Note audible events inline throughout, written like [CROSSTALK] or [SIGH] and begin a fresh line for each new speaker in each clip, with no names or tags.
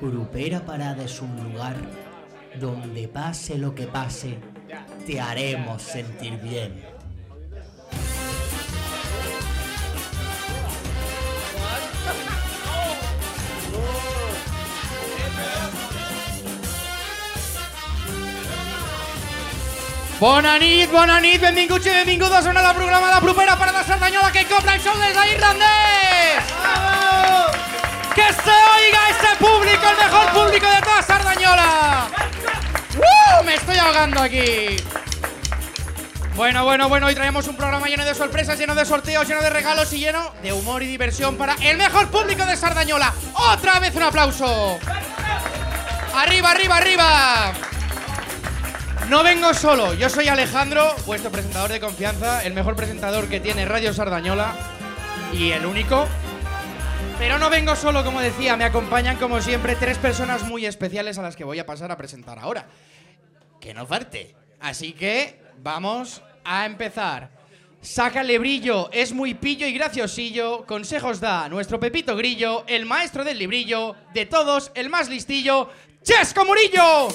Grupera Parada es un lugar donde pase lo que pase, te haremos sentir bien.
Bonanit, bonanit, benvinguts i benvingudes a una la programa de propera per de Cerdanyola que cobra el sol desde irlandés. Que se oiga este público, el mejor público de toda Cerdanyola. ¡Uh! Me estoy ahogando aquí. Bueno, bueno, bueno, hoy traemos un programa lleno de sorpresas, lleno de sorteos, lleno de regalos y lleno de humor y diversión para el mejor público de Sardañola. Otra vez un aplauso. Arriba, arriba, arriba. No vengo solo, yo soy Alejandro, vuestro presentador de confianza, el mejor presentador que tiene Radio Sardañola y el único. Pero no vengo solo, como decía, me acompañan como siempre tres personas muy especiales a las que voy a pasar a presentar ahora. Que no falte. Así que vamos a empezar. Sácale brillo, es muy pillo y graciosillo. Consejos da nuestro Pepito Grillo, el maestro del librillo, de todos el más listillo, Chesco Murillo.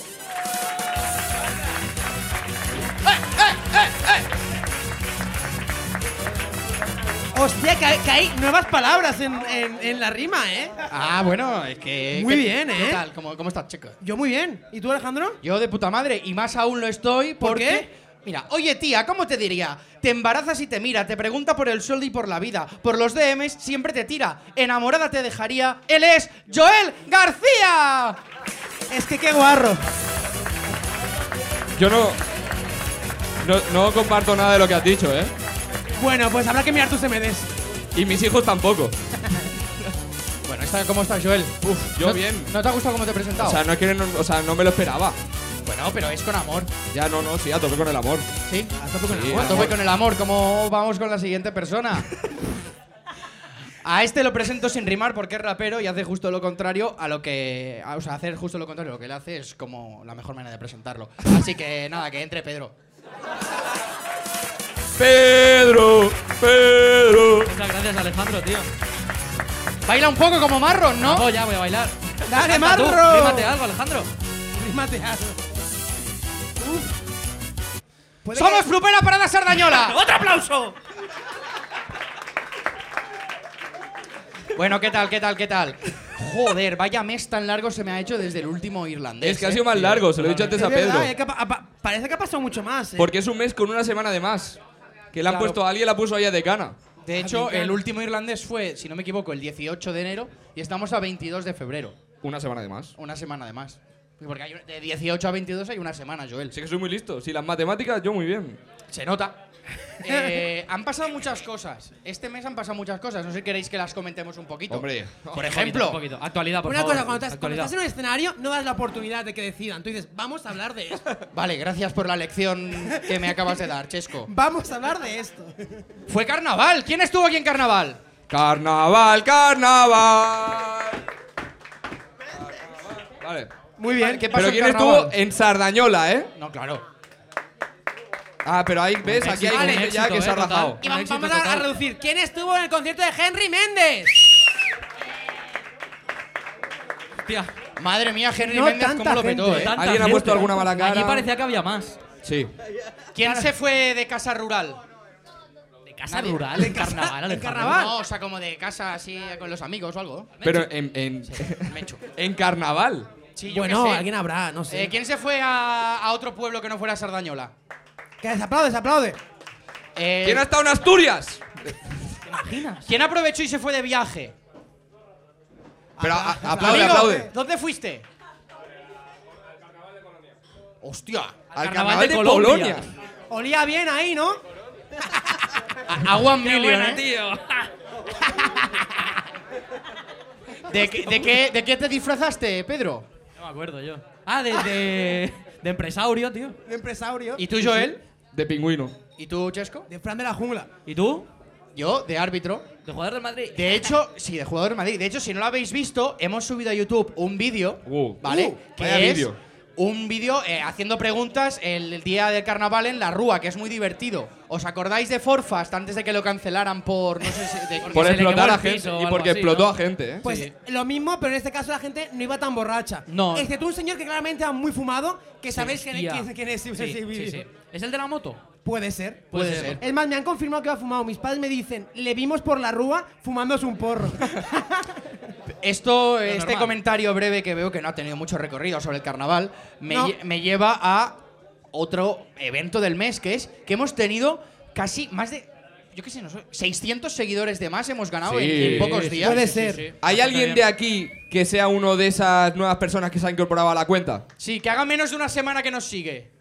Hostia, que, hay- que hay nuevas palabras en, en- en la rima, ¿eh?
Ah, bueno, es que.
Muy
¿qué-
bien, ¿eh?
¿Qué tal? ¿Cómo, cómo estás, Checo?
Yo muy bien. ¿Y tú, Alejandro?
Yo de puta madre, y más aún lo estoy
¿Por
porque.
qué?
Mira, oye tía, ¿cómo te diría? Te embarazas y te mira, te pregunta por el sueldo y por la vida, por los DMs siempre te tira, enamorada te dejaría, él es Joel García.
Es que qué guarro.
Yo no, no. no comparto nada de lo que has dicho, ¿eh?
Bueno, pues habrá que mirar tus MDs.
Y mis hijos tampoco.
Bueno, está- ¿cómo estás Joel? Uf,
yo
¿no-
bien.
¿No te ha gustado cómo te he presentado?
O sea, no quieren. O sea, no me lo esperaba.
bueno, pero es con amor,
Ya no, no, sí, a tope con el amor.
¿sí? A tope con
Sí,
el amor.
a
A tope
tope.
con el amor, ¿cómo vamos con la siguiente persona? A este lo presento sin rimar porque es rapero y hace justo lo contrario a lo que. a- o sea, hacer justo lo contrario a lo que él hace es como la mejor manera de presentarlo. Así que nada, que entre Pedro.
Pedro, Pedro.
Muchas gracias, Alejandro, tío.
Baila un poco como Marron, ¿no?
Oh, ya voy a bailar.
¡Dale,
Canta tú,
marro!
rímate algo, Alejandro.
Rímate algo. Uf. Puede que-
¡Somos Flupera Parada [LAUGHS] Sardañola!
¡Otro aplauso!
bueno, ¿qué tal, qué tal, qué tal? Joder, vaya mes tan largo se me ha hecho desde el último irlandés.
Es que ha
¿eh?
sido más largo, se lo he dicho
Es
antes Este a
verdad,
Pedro.
eh, que ha pa- ha pa- parece que ha pasado mucho más, ¿eh?
Porque es un mes con una semana de más. Que le han
Claro.
puesto a alguien, la puso a ella de gana.
De hecho, el último irlandés fue, si no me equivoco, el 18 de enero y estamos a 22 de febrero.
Una semana de más.
Una semana de más. Porque hay un- de 18 a 22 hay una semana, Joel.
Sí que soy muy listo. Si las matemáticas, yo muy bien.
Se nota. [LAUGHS] Eh, han pasado muchas cosas. Este mes han pasado muchas cosas. No sé si queréis que las comentemos un poquito.
Hombre.
Por
Un
ejemplo,
poquito, un poquito. Actualidad, por
Una
favor.
cosa, cuando estás, cuando
Actualidad.
estás en un escenario, no das la oportunidad de que decidan. Tú dices, vamos a hablar de esto.
vale, gracias por la lección que me acabas de dar, Chesco.
[LAUGHS] Vamos a hablar de esto.
[LAUGHS] Fue carnaval. ¿Quién estuvo aquí en carnaval?
Carnaval, carnaval. Vale.
Muy bien. ¿Qué pasó
Pero
en
quién
carnaval?
estuvo en Sardañola, ¿eh?
No, claro.
Ah, pero ahí ves, aquí hay
éxito,
gente
un
ya
éxito,
que se ha
eh, total.
rajado.
Y
Un
va-
éxito
vamos a, a
total.
reducir. ¿Quién estuvo en el concierto de Henry Méndez?
Hostia,
Madre mía, Henry
No
Méndez,
tanta
cómo lo petó,
gente.
¿eh?
tanta
¿Alguien ha
gente.
puesto alguna mala cara?
Aquí parecía que había más.
Sí.
¿Quién se fue de casa rural?
De casa
Nadie.
rural, en carnaval,
en
Alejandro.
carnaval.
No, o sea, como de casa así con los amigos o
[LAUGHS]
algo.
Pero en, en,
Menchu.
en carnaval.
Sí, yo
Bueno,
qué sé.
alguien habrá, no sé.
Eh, ¿Quién se fue a, a otro pueblo que no fuera Sardañola?
Que se aplaude, se aplaude.
Eh,
¿Quién ha estado en Asturias?
¿quién aprovechó y se fue de viaje?
Pero a- a- aplaude,
Amigo,
aplaude.
¿Dónde fuiste? Hostia.
Al
carnaval
carnaval
de
de
Colombia.
Polonia.
Olía bien ahí, ¿no?
A, a One
Qué
Million,
buena,
¿eh?
tío.
¿De, qué- de qué, de qué te disfrazaste, Pedro?
No me acuerdo yo. Ah, de, de, de empresario, tío.
De empresario.
¿Y tú, Joel?
De pingüino.
¿Y tú, Chesco?
De Fran de la Jungla.
¿Y tú?
Yo, de árbitro.
De jugador del Madrid.
De hecho, sí, de jugador de Madrid. De hecho, si no lo habéis visto, hemos subido a YouTube un vídeo,
Uh.
¿vale?
Uh, vaya
es
vídeo.
un vídeo eh, haciendo preguntas el día del carnaval en la Rúa, que es muy divertido. ¿Os acordáis de Forfast antes de que lo cancelaran por no sé si- de-
Por
se
explotar
le quemó
a
el
gente.
piso o
Y
algo
porque
así,
explotó
¿no?
a gente, ¿eh?
Pues lo mismo, pero en este caso la gente no iba tan borracha.
No.
Excepto un señor que claramente ha muy fumado, que sabéis quién,
Hostia.
quién- quién es.
Sí,
ese
sí,
vídeo.
sí. ¿Es el de la moto?
Puede ser.
Puede
Puede
ser.
ser.
Es más, me han confirmado que ha fumado. Mis padres me dicen, le vimos por la rúa fumándose un
[LAUGHS]
porro.
Esto, este
normal.
comentario breve que veo que no ha tenido mucho recorrido sobre el carnaval, me,
No.
lle- me lleva a otro evento del mes, que es que hemos tenido casi más de, yo qué sé, no sé, 600 seguidores de más hemos ganado en,
Sí.
en pocos días.
Puede
Sí,
ser.
Sí, sí.
pues
¿Hay alguien de aquí que sea uno de esas nuevas personas que se ha incorporado a la cuenta?
Sí, que haga menos de una semana que nos sigue.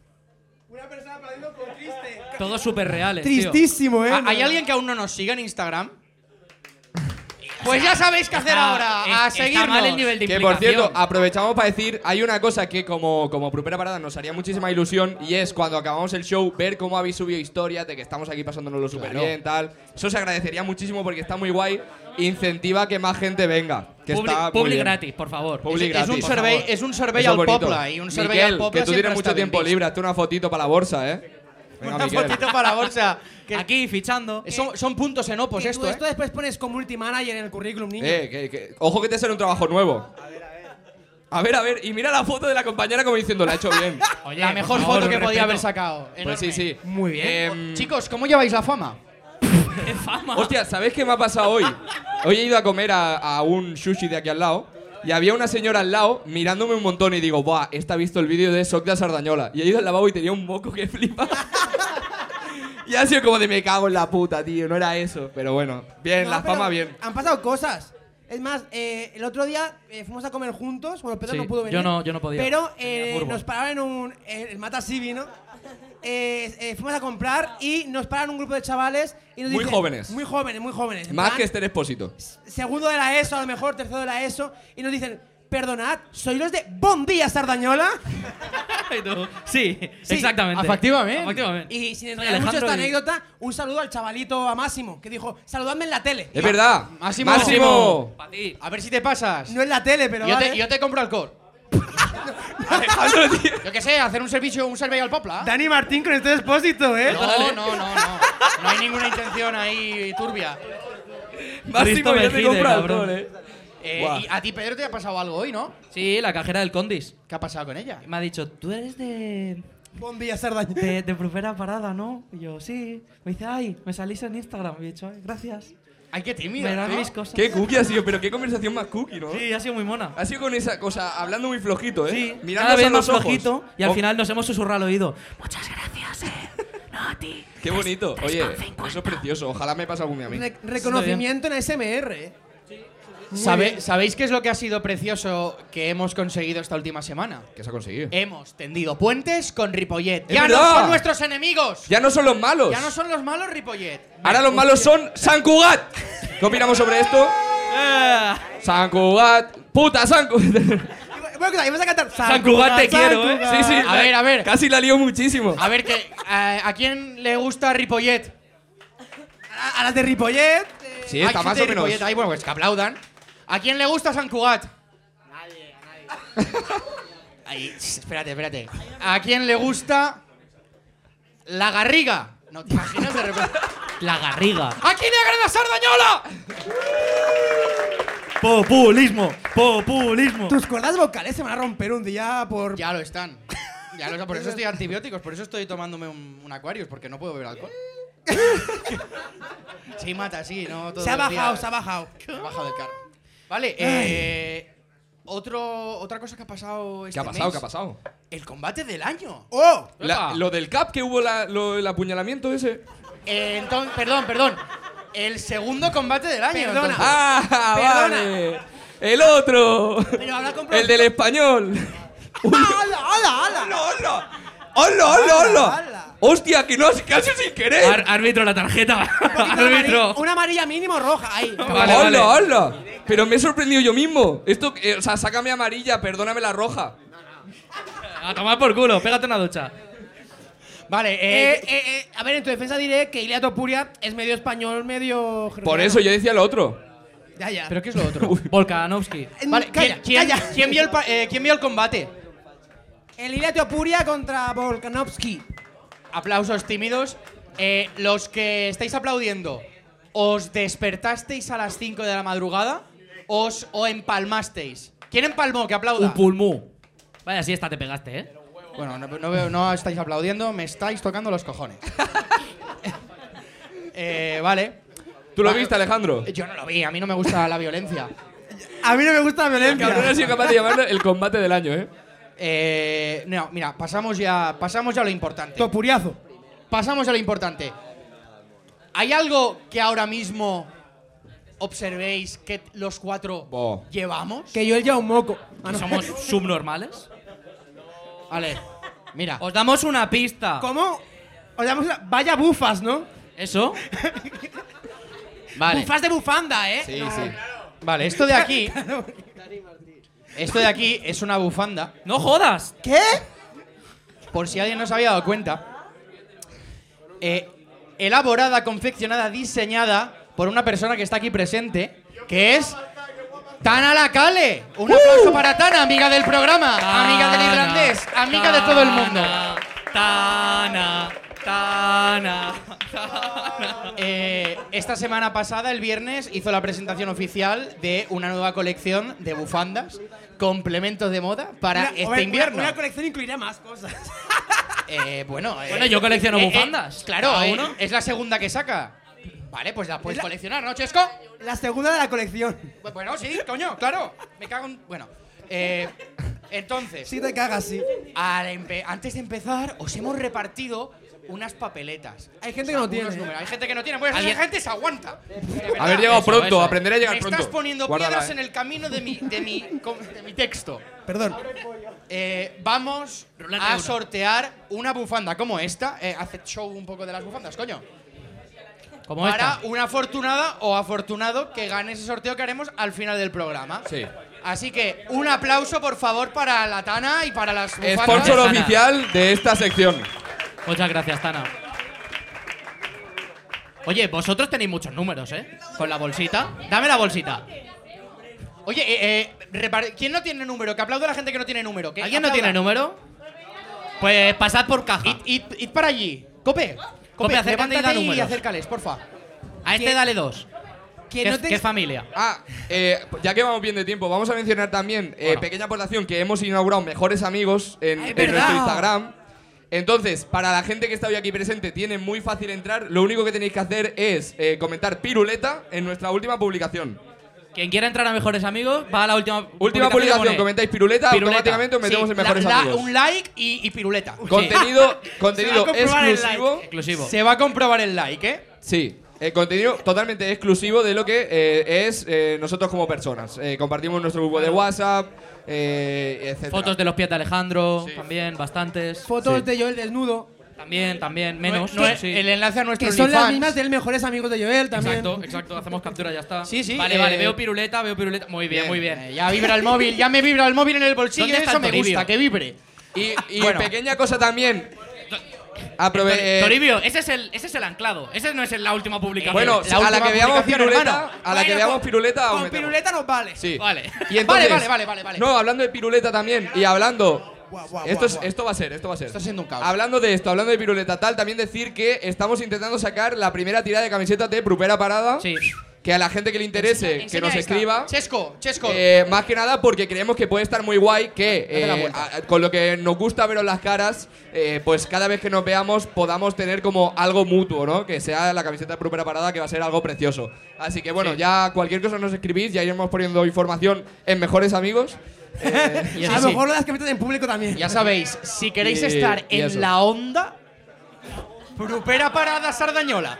Una persona aplaudiendo con triste.
Todos súper reales.
Tristísimo, ¿eh?
Ah,
¿Ha- ¿Hay alguien que aún no nos siga en Instagram? Pues ya sabéis qué hacer ahora, a
Está mal el
seguirnos.
nivel de
Que por cierto,
implicación.
aprovechamos para decir, hay una cosa que como, como Prupera Parada nos haría muchísima ilusión y es cuando acabamos el show ver cómo habéis subido historias de que estamos aquí pasándonoslo súper bien, tal. Eso se agradecería muchísimo porque está muy guay. Incentiva que más gente venga. Que
Publi-
está muy
publi
bien.
gratis, por favor.
Es-
Publi
es,
gratis.
un
Por
survey,
favor.
es un survey
Eso
al
bonito.
Popla y un survey
Miquel,
al Popla
que tú
siempre está
tienes mucho
bien
tiempo
visto.
libre, hazte una fotito para la bolsa, ¿eh? Venga,
Una
Miquel.
fotito para la bolsa. que-
Aquí fichando.
Eh, Son, son puntos en opos
pues
Que
esto,
tú
¿eh?
esto después pones community manager en el currículum, niño.
Eh, que- que- ojo que te sale un trabajo nuevo. A ver, a ver, y mira la foto de la compañera como diciendo, la ha hecho
[LAUGHS]
bien.
Oye,
la
por
mejor
favor,
foto
un
que podía
respeto.
haber sacado. Enorme.
Pues sí, sí.
Muy bien.
Eh,
Em,
Chicos, ¿cómo lleváis la fama?
[LAUGHS] ¡Qué fama!
Hostia, ¿sabéis qué me ha pasado hoy? Hoy he ido a comer a, a un sushi de aquí al lado y había una señora al lado mirándome un montón y digo, buah, esta ha visto el vídeo de Soc de la Sardañola. Y he ido al lavabo y tenía un moco que [LAUGHS] flipa. y ha sido como de me cago en la puta, tío, no era eso. Pero bueno, bien,
No,
la
pero
fama bien.
Han pasado cosas. Es más, eh, el otro día eh, fuimos a comer juntos. Bueno, Pedro
Sí,
no pudo venir.
yo no- yo no podía.
Pero
Tenía
eh,
furbo.
nos pararon en un. eh, el Mata Sibi, ¿no? Eh, eh, fuimos a comprar y nos pararon un grupo de chavales. Y nos
Muy
dicen-
jóvenes.
Muy jóvenes, muy jóvenes. En
Más
plan,
que Esther Expósito.
Segundo de la ESO, a lo mejor, tercero de la ESO. Y nos dicen: Perdonad, ¿sois los de Bon Día
[LAUGHS]
Sardañola?
Y tú, Sí,
Sí,
exactamente.
efectivamente.
Efectivamente.
Y sin
Soy
entrar mucho
Alejandro
esta
y-
anécdota, un saludo al chavalito, a Máximo, que dijo: Saludadme en la tele.
Es verdad.
Máximo.
Máximo.
Pa' ti.
A ver si te pasas.
No en la tele, pero.
yo, te,
vale.
yo te compro
[LAUGHS]
alcohol.
Alejandro, tío.
Yo qué sé, hacer un servicio, un survey al Popla.
Dani Martín con este expósito, ¿eh?
No, no, no, no. No hay ninguna intención ahí turbia.
Máximo, yo te
Mejide,
compro
cabrón.
alcohol, eh.
Eh,
Buah.
y a ti, Pedro, te ha pasado algo hoy, ¿no?
Sí, la cajera del Condis.
¿Qué ha pasado con ella?
Me ha dicho, tú eres de...
Bon día, Sardañola.
De, de primera parada, ¿no? Y yo, sí. Me dice, ay, me salís en Instagram. Y he dicho, ay, gracias.
Ay, qué tímido.
Me dan
¿no?
mis cosas.
¿eh? Qué cookie ha sido, pero qué conversación más cookie, ¿no?
Sí, ha sido muy mona.
Ha sido con esa cosa, hablando muy flojito, ¿eh?
Sí,
Mirándonos
cada
a
vez más
los ojos.
flojito y al
Oh,
final nos hemos susurrado al oído.
Muchas gracias, eh. No a ti.
Qué
Tres-
bonito.
tres
Oye,
con cincuenta.
eso es precioso. Ojalá me pase algún día a mí.
Re- reconocimiento en ASMR. ¿eh?
Sabe-
bien.
¿Sabéis qué es lo que ha sido precioso que hemos conseguido esta última semana?
¿Qué se ha conseguido?
Hemos tendido puentes con Ripollet.
¡Es
¡Ya no
verdad!
son nuestros enemigos!
Ya no son los malos.
Ya no son los malos Ripollet.
Ahora los malos son San Cugat. ¿Qué opinamos sobre esto?
Ah.
San Cugat. Puta, San [LAUGHS] Cugat.
Bueno, que vamos a cantar.
San Cugat, te quiero, ¿eh?
sí, sí.
A ver, a ver.
Casi la lío muchísimo.
A ver, que, eh, ¿a quién le gusta Ripollet?
A, a las de Ripollet.
Sí,
Hay
está
gente
más
de
o menos.
Ripollet ahí, bueno, pues que aplaudan. ¿A quién le gusta San Cugat? [LAUGHS] Nadie, nadie. espérate, espérate. ¿A quién le gusta la garriga? No te imaginas de
[LAUGHS]
repente.
La garriga.
¡A quién le agrada Sardañola!
Populismo, populismo.
Tus cuerdas vocales se van a romper un día por.
Ya lo están. Ya lo están. Por eso estoy antibióticos, por eso estoy tomándome un, un Aquarius, porque no puedo beber alcohol. sí, mata, sí, no todos
se ha
los días.
bajado, se ha bajado.
Me he bajado del carro. Vale, eh, otro, otra cosa que ha pasado este
¿Qué ha pasado?
mes,
¿Qué ha pasado?
El combate del año.
¡Oh!
[LAUGHS] La- lo del cap que hubo, la- lo- el apuñalamiento ese.
Eh, enton- perdón, perdón. El segundo combate del año.
Perdona.
entonces.
¡Ah,
Perdona.
vale! El otro.
Pero ahora compro-
El del español.
¡Hala, hala, hala!
¡Hola, hola! ¡Hola, hola!
Ala.
¡Hostia, que no has casi sin querer!
árbitro, la tarjeta. árbitro.
Una amarilla mínimo roja, ahí.
Vale, vale.
¡Hola, hola! Pero me he sorprendido yo mismo. Esto, eh, o sea, sácame amarilla, perdóname la roja.
A tomar por culo, pégate una ducha.
Vale, eh,
Eh, eh, eh, a ver, en tu defensa diré que Ilia Topuria es medio español, medio.
Por
georgiano.
eso yo decía lo otro.
Ya, ya.
¿Pero qué es lo otro?
Volkanovski.
Eh,
Vale,
calla,
¿quién, quién-
calla.
quién vio el, pa- eh, quién vio el combate?
El Ilia Teopuria contra Volkanovski.
Aplausos tímidos. Eh, los que estáis aplaudiendo, ¿os despertasteis a las 5 de la madrugada? ¿Os o empalmasteis? ¿Quién empalmó? Que aplauda.
Un pulmú. Vaya siesta te pegaste, ¿eh?
Bueno, no, no veo, no estáis aplaudiendo, me estáis tocando los cojones. [LAUGHS] Eh, vale.
¿Tú lo viste, Alejandro?
Yo no lo vi, a mí no me gusta la violencia.
A mí no me gusta la
Cabrón ha
violencia.
sido capaz de llamar el combate del año, ¿eh?
Eh, no, mira, pasamos ya, pasamos ya a lo importante.
Teopuriazo.
Pasamos a lo importante. ¿Hay algo que ahora mismo observéis que t- los cuatro
Bo.
llevamos?
Que yo él ya un moco. Ah,
¿Que
[LAUGHS]
no.
somos subnormales?
Vale, mira.
Os damos una pista.
¿Cómo? O sea, vamos a- vaya bufas, ¿no?
¿Eso? Vale.
Bufas de bufanda, ¿eh?
Sí, sí.
Vale, esto de [LAUGHS] aquí. esto de aquí es una bufanda.
¡No jodas!
¿Qué?
por si alguien no se había dado cuenta, eh, elaborada, confeccionada, diseñada por una persona que está aquí presente, que es Tana Lacale. Un aplauso para Tana, amiga del programa, amiga del irlandés, amiga de todo el mundo.
Tana, Tana.
Eh, esta semana pasada, el viernes, hizo la presentación oficial de una nueva colección de bufandas, complementos de moda para
Una-
este
una-
invierno.
Una, colección incluirá más cosas. [LAUGHS]
Eh, bueno, eh,
Bueno, yo colecciono
eh, eh,
bufandas.
claro,
Cada
eh,
uno.
es la segunda que saca. Vale, pues la puedes
Es la-
coleccionar, ¿no, Chesco?
La segunda de la colección.
Bu- Bueno, sí, coño, claro. Me cago en. Bueno. eh, entonces,
Sí te cagas, sí.
al empe- antes de empezar, os hemos repartido unas papeletas.
Hay gente que no tiene. ¿eh?
Unos números. Hay gente que no tiene. Bueno, esa
Alguien-
gente se aguanta.
Haber llegado
eso,
pronto,
eso.
aprender a
Me
llegar pronto.
estás poniendo
Guárdala,
piedras
eh.
en el camino de mi, de mi, com- de mi texto.
Perdón.
Eh, vamos
Ruleta
a
una.
sortear una bufanda como esta. Eh, haced show un poco de las bufandas, coño.
Como
Para
esta.
una afortunada o afortunado que gane ese sorteo que haremos al final del programa.
Sí.
Así que un aplauso, por favor, para la Tana y para las bufandas.
Sponsor
Sana.
oficial de esta sección.
Muchas gracias, Tana. Oye, vosotros tenéis muchos números, ¿eh? Con la bolsita. Dame la bolsita.
Eh, Oye, eh, eh, repar- ¿quién no tiene número? Que aplaudo a la gente que no tiene número. que
¿Alguien no
aplauda.
tiene número? Pues pasad por caja.
Id, id- id para allí. Cope. Cope,
acércate y da
levántate y,
números.
acércales, porfa. Ah,
A este dale dos.
Que
que
no
es-
te-
que es familia.
Ah, eh, ya que vamos bien de tiempo, vamos a mencionar también eh,
Bueno.
pequeña aportación que hemos inaugurado Mejores Amigos en,
Ay,
en
verdad.
nuestro Instagram. Entonces, para la gente que está hoy aquí presente, tiene muy fácil entrar. Lo único que tenéis que hacer es eh, comentar piruleta en nuestra última publicación.
Quien quiera entrar a Mejores Amigos, va a la última
Última
que
publicación,
pone.
comentáis piruleta,
Piruleta.
automáticamente os metemos
Sí,
en Mejores
la- la-
Amigos.
un like y, y piruleta.
Contenido, contenido
comprobar el
exclusivo.
Exclusivo.
Se va a comprobar el like, ¿eh?
Sí, eh, contenido totalmente exclusivo de lo que eh, es eh, nosotros como personas. Eh, compartimos nuestro grupo de WhatsApp, eh, etc.
Fotos de los pies de Alejandro, también, bastantes.
Fotos
Sí.
de Joel desnudo.
También, también, menos.
No es-
sí.
El enlace a nuestro
Que son las
OnlyFans.
mismas del mejores amigos de Joel también.
Exacto, exacto, hacemos captura, ya está.
Sí, sí,
Vale,
eh,
vale, veo piruleta, veo piruleta. Muy bien,
bien,
muy bien.
Eh, ya vibra el móvil, ya me vibra el móvil en el bolsillo.
¿Dónde está
Eso
el
me
Toribio?
gusta, que vibre.
Y, y
Bueno.
pequeña cosa también. Aprove-
[LAUGHS] Tor-
eh,
Toribio, ese es, el, ese es el anclado. Ese no es el- la última publicación.
bueno,
la
si- a la
última
que veamos
publicación,
piruleta,
hermano.
a la que
Bueno,
veamos
con-
piruleta,
Con
aumentamos.
piruleta nos vale.
Sí.
Vale.
Y entonces,
vale, vale, vale, vale.
No, hablando de piruleta también y hablando
Guau, guau,
esto,
guau,
es-
guau.
esto va a ser, esto va a ser.
Está siendo un caos.
Hablando de esto, hablando de piruleta tal, también decir que estamos intentando sacar la primera tirada de camisetas de Prupera Parada.
Sí.
Que a la gente que le interese, que
Enseña
nos
esta.
escriba.
Chesco, Chesco.
Eh, más que nada porque creemos que puede estar muy guay que
Date la
eh,
vuelta.
a- con lo que nos gusta veros las caras, eh, pues cada vez que nos veamos podamos tener como algo mutuo, ¿no? Que sea la camiseta propia parada que va a ser algo precioso. Así que bueno, ya cualquier cosa nos escribís, ya iremos poniendo información en Mejores Amigos. Eh,
Y
a
así,
lo mejor lo das que meten en público también.
Ya sabéis, si queréis
Y-
estar
y
en
eso.
la onda, Prupera Parada Sardañola.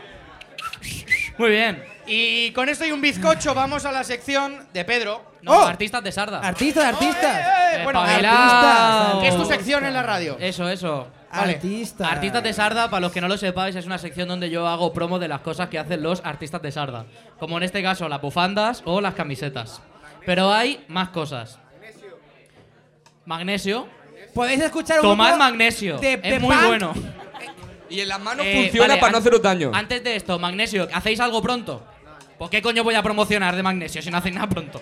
Muy bien.
Y con esto y un bizcocho vamos a la sección de Pedro.
No,
¡Oh!
artistas de Sarda.
Artistas, artistas.
Eh, bueno,
Espabilao.
artistas,
que es tu sección en la radio.
Eso, eso.
vale.
Artistas.
Artistas de Sarda, para los que no lo sepáis, es una sección donde yo hago promo de las cosas que hacen los artistas de Sarda. Como en este caso, las bufandas o las camisetas. Pero hay más cosas. Magnesio.
Podéis escuchar un
Tomad
grupo
magnesio.
de- de
es muy
punk.
bueno.
y en las manos
Eh,
funciona
vale,
para no
an-
haceros daño.
Antes de esto, magnesio, ¿hacéis algo pronto? ¿Por qué coño voy a promocionar de magnesio si no hacéis nada pronto?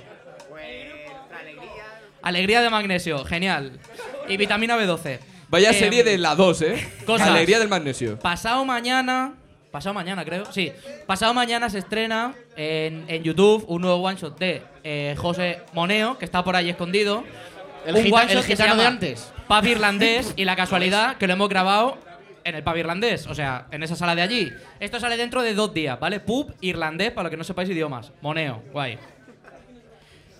Alegría de magnesio, genial. Y vitamina B12.
Vaya
Em,
serie de la 2, ¿eh?
cosas.
Galería del magnesio.
Pasado mañana. Pasado mañana, creo. Sí. Pasado mañana se estrena en, en YouTube un nuevo one shot de eh, José Moneo, que está por ahí escondido.
El
un
gita-
one shot
el
que se
gitano de
llama
antes. [LAUGHS]
Pub irlandés y la casualidad que lo hemos grabado en el pub irlandés, o sea, en esa sala de allí. Esto sale dentro de dos días, ¿vale? Pub irlandés, para los que no sepáis idiomas. Moneo, guay.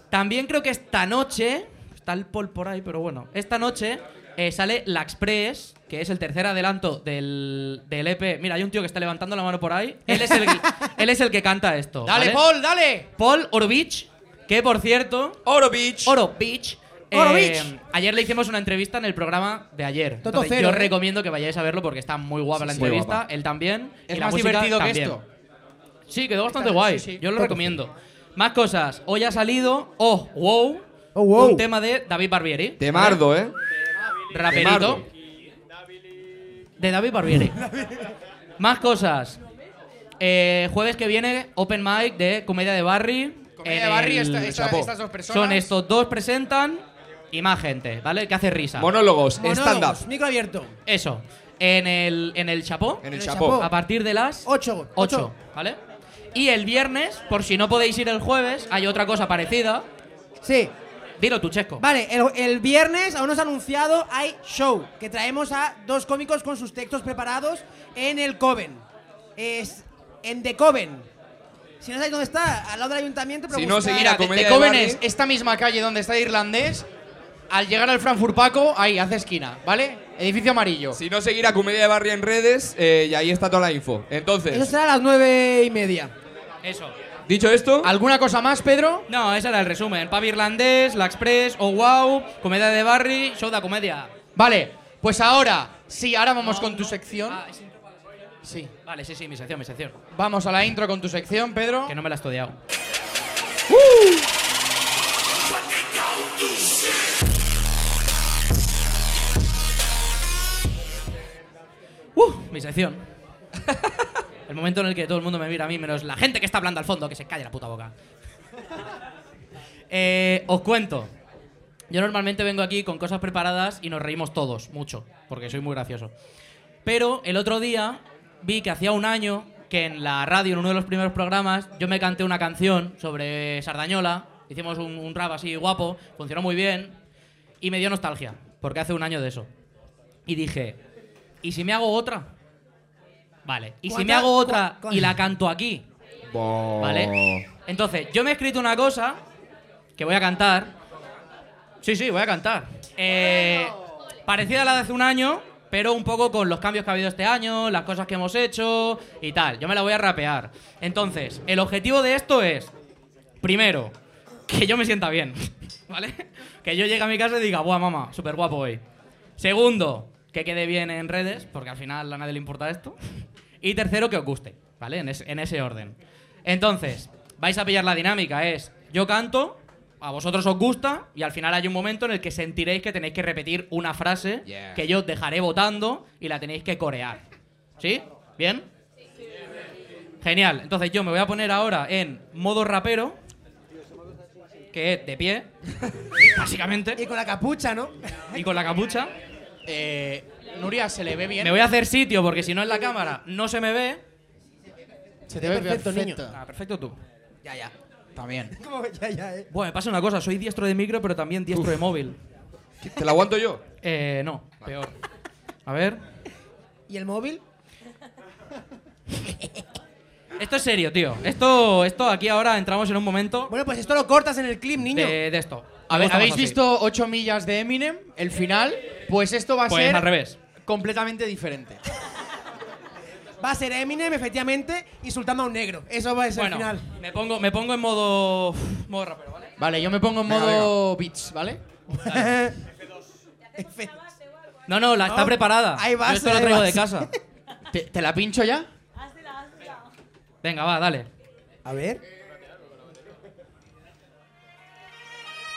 También creo que esta noche, está el Paul por ahí, pero bueno, esta noche eh, sale La Express, que es el tercer adelanto del, del EP. Mira, hay un tío que está levantando la mano por ahí. Él es el,
[LAUGHS]
él es el que canta esto.
Dale,
¿vale?
Paul, dale.
Paul Orovich, que por cierto,
Oro Beach.
Oro Beach. Eh,
Oro Beach.
Ayer le hicimos una entrevista en el programa de ayer.
Toto
Entonces,
cero,
yo
¿eh?
recomiendo que vayáis a verlo porque está muy guapa la
sí,
entrevista.
guapa.
Él también. y
Es
la
más
música
divertido que
también.
esto.
Sí, quedó bastante guay.
sí, sí.
Yo lo recomiendo. Más cosas. Hoy ha salido Oh Wow.
Oh, wow.
Un tema de David Barbieri.
Temardo, ¿eh?
Raperito.
Temardo.
De David Barbieri. Más cosas. Eh, jueves que viene, Open Mic de Comedia de Barry.
Comedia
en
de Barry,
el-
esta- esta-
Chapo.
estas dos personas.
son estos dos presentan y más gente, ¿vale? Que hace risa.
Monólogos,
Monólogos,
stand-up.
Micro abierto.
Eso. En el, en el Chapó.
En el
el
chapó.
chapó.
A partir de las
Ocho,
8, ¿vale? Y el viernes, por si no podéis ir el jueves, hay otra cosa parecida.
Sí.
Dilo tú, Chesco.
Vale, el, el viernes, aún no se ha anunciado, hay show, que traemos a dos cómicos con sus textos preparados en el Coven. Es en The Coven. Si no sabéis dónde está, al lado del ayuntamiento, pero
Si no,
buscad-
seguid
Mira,
la
te,
comedia
te
de
comen
Barney.
es Este esta misma calle donde está el irlandés. Al llegar al Frankfurt Paco, ahí, hace esquina, ¿vale? Edificio amarillo.
Si no, seguir a Comedia de Barrio en redes eh, y ahí está toda la info.
Eso
Entonces,
será a las nueve y media.
Eso.
dicho esto,
Ah,
¿Alguna cosa más, Pedro?
No, ese era el resumen. Pub irlandés, La Express, Oh Wow, Comedia de Barry, Show de Comedia.
Vale, pues ahora, sí, ahora vamos con tu sección.
Ah, es-
Sí,
Vale, sí, sí, mi sección, mi sección.
vamos a la intro con tu sección, Pedro.
Que no me la ¡Uh! he estudiado. Uh, mi sección. El momento en el que todo el mundo me mira a mí, menos la gente que está hablando al fondo, que se calle la puta boca. Eh, os cuento. Yo normalmente vengo aquí con cosas preparadas y nos reímos todos, mucho, porque soy muy gracioso. Pero el otro día vi que hacía un año que en la radio, en uno de los primeros programas, yo me canté una canción sobre Sardañola. Hicimos un, un rap así guapo, funcionó muy bien y me dio nostalgia, porque hace un año de eso. Y dije, ¿y si me hago otra? Vale, ¿y si me
¿Cuánta-
hago otra
cu- cu-
y la canto aquí?
Bo-
¿Vale? Entonces, yo me he escrito una cosa que voy a cantar. Sí, sí, voy a cantar. Eh, parecida a la de hace un año, pero un poco con los cambios que ha habido este año, las cosas que hemos hecho y tal. Yo me la voy a rapear. Entonces, el objetivo de esto es, primero, que yo me sienta bien, [LAUGHS] ¿vale? Que yo llegue a mi casa y diga, buah, mamá, súper guapo hoy. Segundo, que quede bien en redes, porque al final a nadie le importa esto. Y tercero, que os guste, ¿vale? En, es- en ese orden. Entonces, vais a pillar la dinámica, es yo canto, a vosotros os gusta, y al final hay un momento en el que sentiréis que tenéis que repetir una frase
Yeah.
que yo os dejaré votando y la tenéis que corear. ¿Sí? ¿Bien? Genial. Entonces yo me voy a poner ahora en modo rapero, que es
[LAUGHS]
de pie, básicamente
Y con la capucha, ¿no?
y con la capucha.
Eh, Nuria, ¿se le ve bien?
Me voy a hacer sitio porque si no en la cámara no se me ve.
Se
[LAUGHS]
te ve
Perfecto,
perfecto,
niño.
Ah, perfecto tú.
Ya, ya. También.
Como ya, ya, eh.
Bueno, me pasa una cosa, soy diestro de micro pero también diestro de móvil.
¿Te la aguanto yo?
Eh, no, peor. A ver.
¿Y el móvil?
Esto es serio, tío. Esto, esto aquí ahora entramos en un momento
Bueno, pues esto lo cortas en el clip, niño.
de, de esto.
A ver,
Luego
¿habéis
estamos así.
visto 8 millas de Eminem? El final. Pues esto va a
Pues
ser
al revés.
completamente diferente.
Va a ser Eminem, efectivamente, insultando a un negro. Eso va a ser
Bueno,
el final.
me pongo, me pongo en modo, modo rapero, ¿vale?
Vale, yo me pongo en modo beats, ¿vale?
[LAUGHS] F-
No, no, la está
No,
preparada.
ahí vas,
Yo esto lo
ahí
traigo
vas.
de casa.
¿Te, te la pincho ya?
Venga, va, dale.
A ver.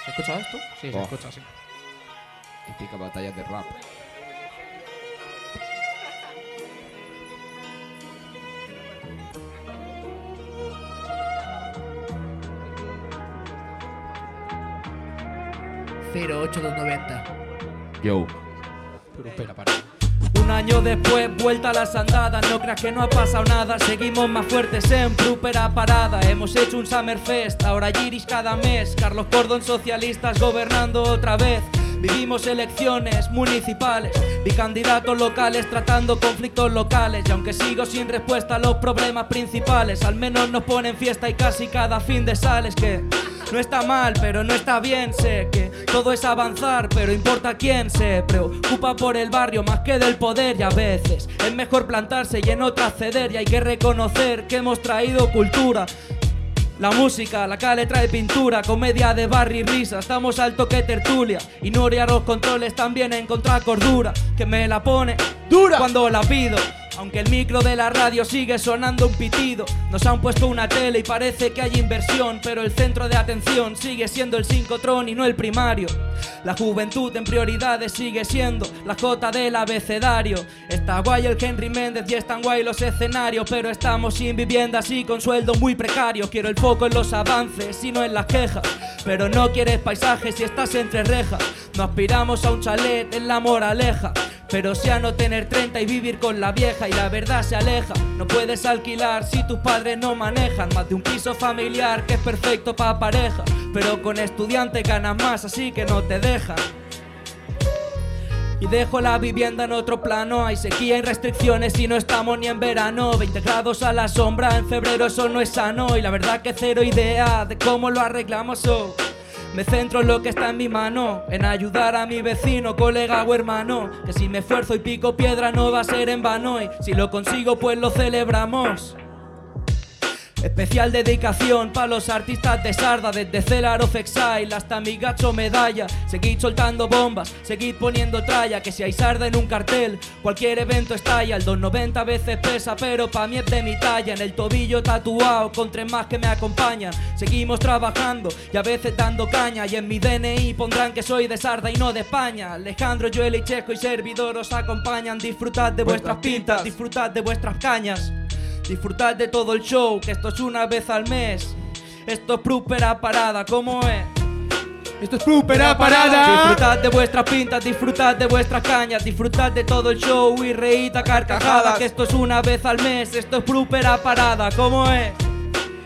¿Se escucha esto? Sí, se
Oh.
escucha, sí.
Típica batalla de rap. Yo.
Pero espera, para.
Un año después, vuelta a las andadas. No creas que no ha pasado nada. Seguimos más fuertes en Prupera Parada. Hemos hecho un Summerfest, ahora Giris cada mes. Carlos Cordón, socialistas gobernando otra vez. Vivimos elecciones municipales, vi candidatos locales tratando conflictos locales. Y aunque sigo sin respuesta a los problemas principales, al menos nos ponen fiesta y casi cada fin de sales que. No está mal, pero no está bien. Sé que todo es avanzar, pero importa quién se preocupa por el barrio más que del poder. Y a veces es mejor plantarse y en otra ceder. Y hay que reconocer que hemos traído cultura. La música, la calle trae pintura, comedia de barrio y risa, estamos al toque tertulia. Ignorar los controles también encontrar cordura, que me la pone dura cuando la pido. Aunque el micro de la radio sigue sonando un pitido, nos han puesto una tele y parece que hay inversión, pero el centro de atención sigue siendo el sincotron y no el primario. La juventud en prioridades sigue siendo la jota del abecedario. Está guay el Henry Méndez y están guay los escenarios, pero estamos sin viviendas y con sueldo muy precario. Quiero el foco en los avances y no en las quejas, pero no quieres paisajes si estás entre rejas. No aspiramos a un chalet en la moraleja. Pero sea no tener 30 y vivir con la vieja y la verdad se aleja. No puedes alquilar si tus padres no manejan más de un piso familiar que es perfecto para pareja. Pero con estudiante ganas más, así que no te dejan. Y dejo la vivienda en otro plano. Hay sequía y restricciones y no estamos ni en verano. 20 grados a la sombra en febrero, eso no es sano. Y la verdad que cero idea de cómo lo arreglamos. oh. Me centro en lo que está en mi mano, en ayudar a mi vecino, colega o hermano. Que si me esfuerzo y pico piedra no va a ser en vano. Y si lo consigo, pues lo celebramos. Especial dedicación para los artistas de Sarda, desde Celar of Exile hasta mi gacho medalla. Seguid soltando bombas, seguid poniendo tralla, que si hay Sarda en un cartel, cualquier evento estalla. El 290 veces pesa, pero pa' mí es de mi talla. En el tobillo tatuado, con tres más que me acompañan. Seguimos trabajando y a veces dando caña. Y en mi DNI pondrán que soy de Sarda y no de España. Alejandro, Joel y Chesco y servidor os acompañan. Disfrutad de vuestras pintas, disfrutad de vuestras cañas. Disfrutad de todo el show, que esto es una vez al mes. Esto es Prupera Parada, ¿cómo es?
Esto es Prupera Parada.
Disfrutad de vuestras pintas, disfrutad de vuestras cañas, disfrutad de todo el show y reíd a carcajadas. Que esto es una vez al mes, esto es Prupera Parada, ¿cómo es?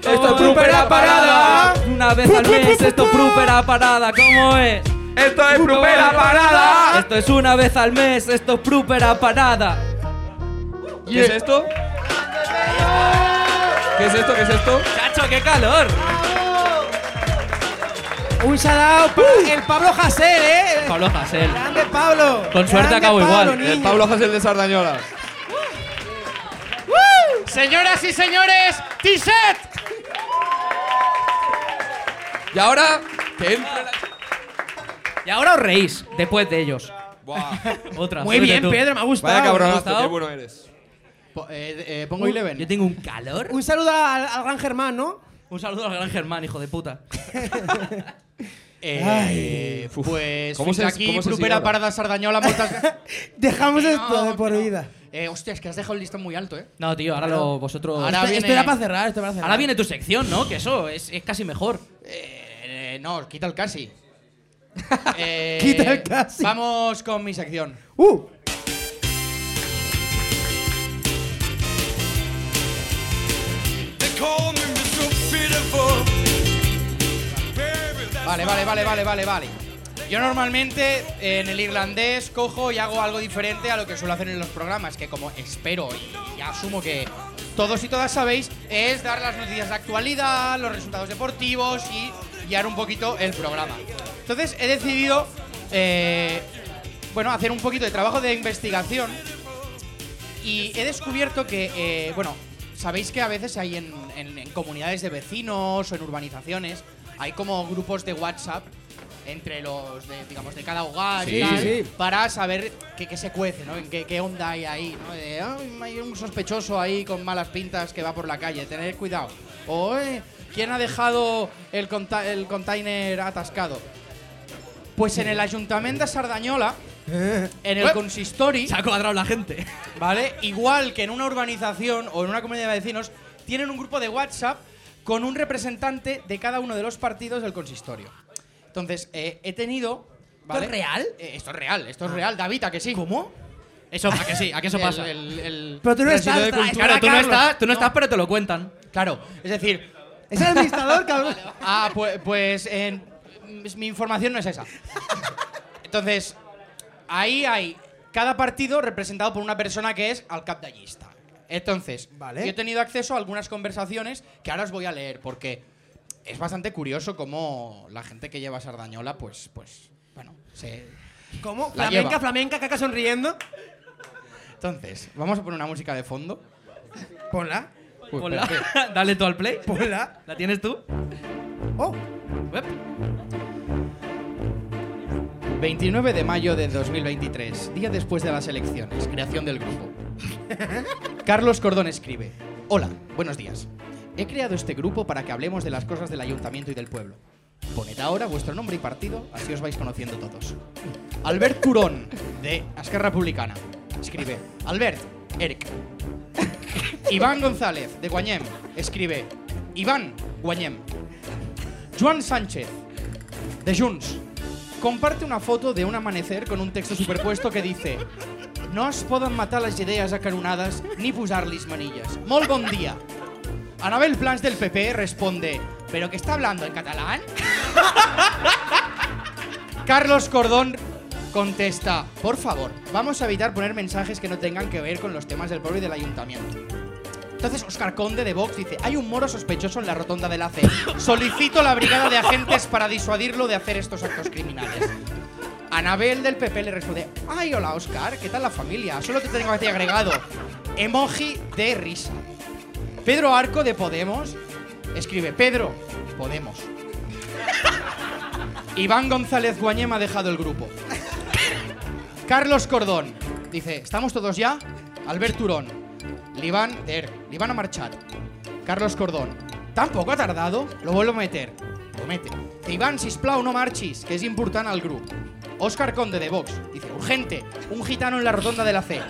es Prupera Parada.
Una vez al mes, esto es Prupera Parada, ¿cómo es?
¡Esto es Prupera Parada!
Esto es una vez al mes, esto es Prupera Parada.
¿Qué es esto? ¿Qué es esto? ¿Qué es esto?
¡Chacho, qué calor!
Un shout out para el Pablo Hasél, eh.
Pablo Gasel.
Grande Pablo.
Con suerte
Grande
acabo
Pablo,
igual.
niño.
El Pablo Hasél de Sardañola.
Señoras y señores, T-Set.
Y ahora, que entra la-
Y ahora os reís después de ellos.
Buah,
Otra.
Muy
súbete
bien,
tú.
Pedro, me ha gustado.
Vaya
gustado?
cabronazo, qué bueno eres.
eh, pongo
Yo
11.
tengo un calor.
Un saludo al, al gran Germán, ¿no?
Un saludo al gran Germán, hijo de puta.
Eh, pues
¿Cómo se-
fins aquí,
cómo se sigue
propera
ahora?
parada sardañola,
[LAUGHS]
moltes...
Dejamos esto
No,
de por
no.
vida.
Eh, hostia, es que has dejado el listón muy alto, eh.
No, tío, ahora lo, vosotros.
Ahora
esto,
Este-
viene-
esto era para cerrar, esto era para cerrar.
Ahora viene tu sección, ¿no? Que eso es, es casi mejor.
Eh, eh, no, quita el casi. Eh,
[LAUGHS] Quita el casi.
Vamos con mi sección.
¡Uh!
Vale, vale, vale, vale, vale, vale. Yo normalmente eh, en el irlandés cojo y hago algo diferente a lo que suelo hacer en los programas, que como espero y asumo que todos y todas sabéis, es dar las noticias de actualidad, los resultados deportivos y guiar un poquito el programa. Entonces he decidido, eh, bueno, hacer un poquito de trabajo de investigación y he descubierto que, eh, bueno, sabéis que a veces hay en, en- en comunidades de vecinos o en urbanizaciones, hay como grupos de WhatsApp entre los, de, digamos, de cada hogar y
Sí,
tal,
sí, sí.
para saber qué, qué se cuece, ¿no? En qué, qué onda hay ahí, ¿no? De, "Ay, hay un sospechoso ahí con malas pintas que va por la calle, tened cuidado. O, "Eh, ¿quién ha dejado el, conta- el container atascado? Pues en el Ayuntamiento de Sardañola, en el consistori...
Se ha cuadrado la gente.
¿Vale? Igual que en una urbanización o en una comunidad de vecinos, tienen un grupo de WhatsApp con un representante de cada uno de los partidos del consistorio. Entonces, eh, he tenido ¿Vale?
es real?
Eh, esto es real, esto es real, David, ¿a que sí?
¿Cómo? Eso, ¿a que sí? ¿A que
[LAUGHS]
eso
El-
pasa?
el- el
Pero tú no
residuo
estás,
de
tra-
cultura.
Claro, tú no
Carlos.
estás, tú no estás, pero te lo cuentan.
Claro, es decir,
Es el administrador, [LAUGHS] cabrón.
ah, pues, pues, en- mis- mi información no es esa. Entonces, ahí hay cada partido representado por una persona que es al capdallista. Entonces,
Vale.
yo he tenido acceso a algunas conversaciones que ahora os voy a leer porque es bastante curioso cómo la gente que lleva Sardañola, pues, pues, bueno, se...
¿Cómo?
La
flamenca,
lleva.
flamenca, caca sonriendo.
Entonces, vamos a poner una música de fondo.
Ponla,
Pues,
Ponla.
espera, espera.
[LAUGHS] Dale tú al play.
ponla.
¿La tienes tú?
Oh,
Uep.
29 de mayo de 2023, día después de las elecciones, creación del grupo. Carlos Cordón escribe, hola, buenos días. He creado este grupo para que hablemos de las cosas del ayuntamiento y del pueblo. Poned ahora vuestro nombre y partido, así os vais conociendo todos. Albert Turón, de Esquerra Republicana, escribe, Albert, Eric. Iván González, de Guanyem, escribe, Iván, Guanyem. Joan Sánchez, de Junts. Comparte una foto de un amanecer con un texto superpuesto que dice No es poden matar les idees acaronades ni posar-lis manilles. Molt bon dia. Anabel Plans del PP responde ¿Pero qué está hablando en catalán? [LAUGHS] Carlos Cordón contesta Por favor, vamos a evitar poner mensajes que no tengan que ver con los temas del pueblo y del ayuntamiento. Entonces Oscar Conde de Vox dice, hay un moro sospechoso en la rotonda del ACE. Solicito la brigada de agentes para disuadirlo de hacer estos actos criminales. Anabel del PP le responde, ay, hola Oscar, ¿qué tal la familia? Solo te tengo aquí agregado. Emoji de risa. Pedro Arco de Podemos escribe, Pedro, Podemos. Iván González Guañem ha dejado el grupo. Carlos Cordón dice, ¿estamos todos ya? Albert Turón. Liván Der. Liván a marchar. Carlos Cordón. Tampoco ha tardado. Lo vuelvo a meter. Lo mete. Iván, sisplau, no marchis, que es importante al grupo. Oscar Conde de Vox dice, urgente, un gitano en la rotonda de la C.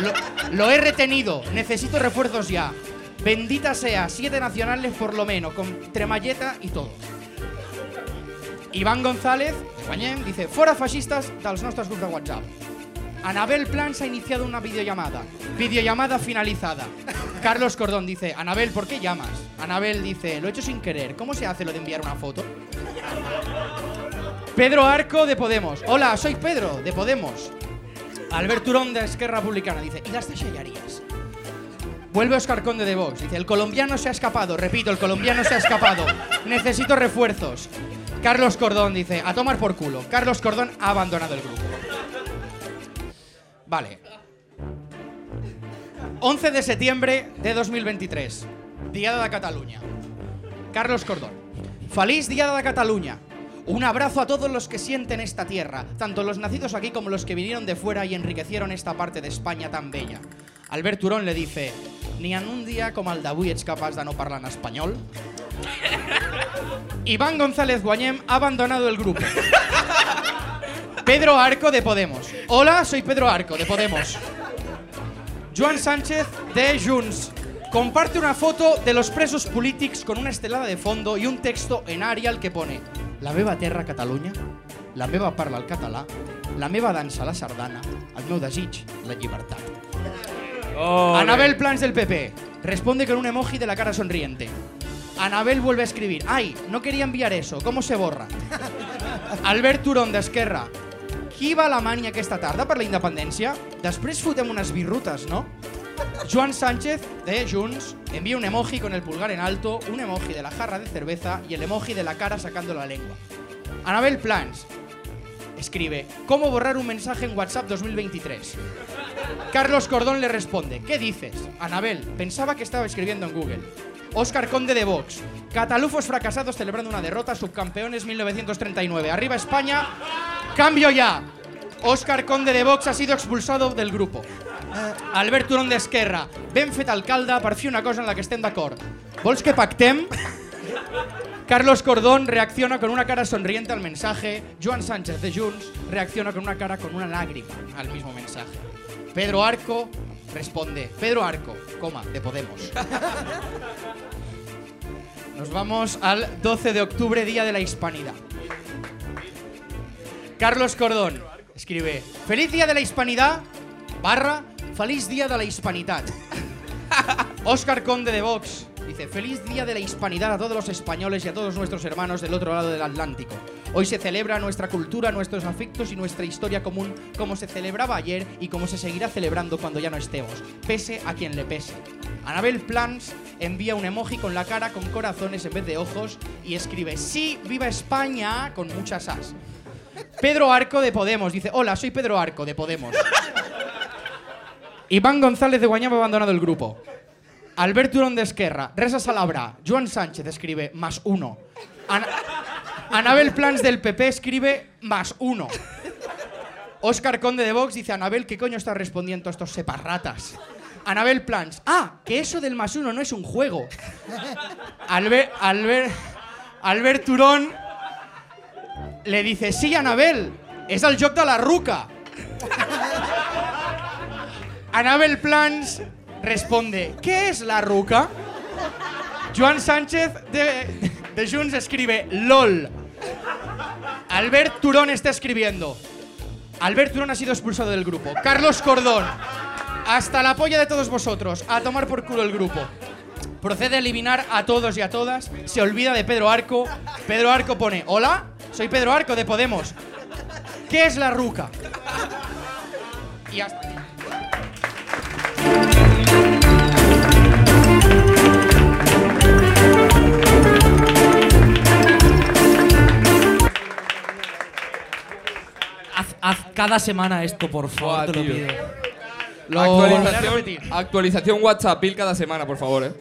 Lo, lo he retenido, necesito refuerzos ya. Bendita sea, siete nacionales por lo menos, con tremalleta y todo. Iván González, de Guanyem, dice Fora feixistes dels nostres grups de WhatsApp. Anabel Plans ha iniciado una videollamada. Videollamada finalizada. Carlos Cordón dice, Anabel, ¿por qué llamas? Anabel dice, lo he hecho sin querer. ¿Cómo se hace lo de enviar una foto? Pedro Arco de Podemos. Hola, soy Pedro de Podemos. Albert Turón de Esquerra Republicana dice, ¿y las tachallarías? Vuelve Oscar Conde de Vox. Dice, el colombiano se ha escapado. Repito, el colombiano se ha escapado. Necesito refuerzos. Carlos Cordón dice, a tomar por culo. Carlos Cordón ha abandonado el grupo. Vale. 11 de septiembre de 2023. Diada de Cataluña. Carlos Cordón. Feliz Diada de Cataluña. Un abrazo a todos los que sienten esta tierra, tanto los nacidos aquí como los que vinieron de fuera y enriquecieron esta parte de España tan bella. Albert Turón le dice, ni en un día como el d'avui ets capaç de no parlar en español. Iván González Guanyem ha abandonado el grupo. Pedro Arco de Podemos. Hola, soy Pedro Arco de Podemos. Joan Sánchez de Junts. Comparte una foto de los presos polítics con una estelada de fondo y un texto en Arial que pone La meva terra Catalunya, la meva parla el català, la meva dansa la sardana, el meu desig la llibertat. Anabel Plans del PP responde con un emoji de la cara sonriente. Anabel vuelve a escribir, ay, no quería enviar eso, ¿cómo se borra? Albert Turón d'Esquerra. Qui va a Alemanya aquesta tarda per la independència? Després fotem unes birrutes, no? Joan Sánchez, de Junts, envía un emoji con el pulgar en alto, un emoji de la jarra de cerveza y el emoji de la cara sacando la lengua. Anabel Plans escribe, ¿cómo borrar un mensaje en WhatsApp 2023? Carlos Cordón le responde, ¿qué dices? Anabel, pensaba que estaba escribiendo en Google. Óscar Conde de Vox, catalufos fracasados celebrando una derrota, subcampeones 1939. Arriba España, cambio ya. Óscar Conde de Vox ha sido expulsado del grupo. Eh, Albert Turón de Esquerra, ben fet alcalde per fi una cosa en la que estem d'acord. Vols que pactem? Carlos Cordón reacciona con una cara sonriente al mensaje. Joan Sánchez de Junts reacciona con una cara con una lágrima al mismo mensaje. Pedro Arco responde. Pedro Arco, coma, de Podemos. Nos vamos al 12 de octubre, Día de la Hispanidad. Carlos Cordón escribe: Feliz Día de la Hispanidad, barra, Feliz Día de la Hispanidad. Oscar Conde de Vox dice: Feliz Día de la Hispanidad a todos los españoles y a todos nuestros hermanos del otro lado del Atlántico. Hoy se celebra nuestra cultura, nuestros afectos y nuestra historia común, como se celebraba ayer y como se seguirá celebrando cuando ya no estemos, pese a quien le pese. Anabel Plans envía un emoji con la cara con corazones en vez de ojos y escribe: Sí, viva España, con muchas as. Pedro Arco de Podemos dice: Hola, soy Pedro Arco de Podemos. Iván González de Guañaba ha abandonado el grupo. Albert Durón de Esquerra, Resa Salabra, Joan Sánchez escribe más uno. Ana- Anabel Plans del PP escribe más uno. Óscar Conde de Vox dice, Anabel, ¿qué coño estás respondiendo a estos separratas? Anabel Plans, ah, que eso del más uno no es un juego. Albert, Albert, Albert Turón le dice, sí, Anabel, es el joc de la ruca. Anabel Plans responde, ¿qué es la ruca? Joan Sánchez de, de Junts escribe, LOL. Albert Turón está escribiendo. Albert Turón ha sido expulsado del grupo. Carlos Cordón, hasta la polla de todos vosotros, a tomar por culo el grupo. Procede a eliminar a todos y a todas. Se olvida de Pedro Arco. Pedro Arco pone, hola, soy Pedro Arco de Podemos. ¿Qué es la ruca? Y hasta...
Haz, haz cada semana esto, por favor,
Buah,
te lo
tío.
pido.
Actualización, actualización WhatsApp, Pil, cada semana, por favor, eh.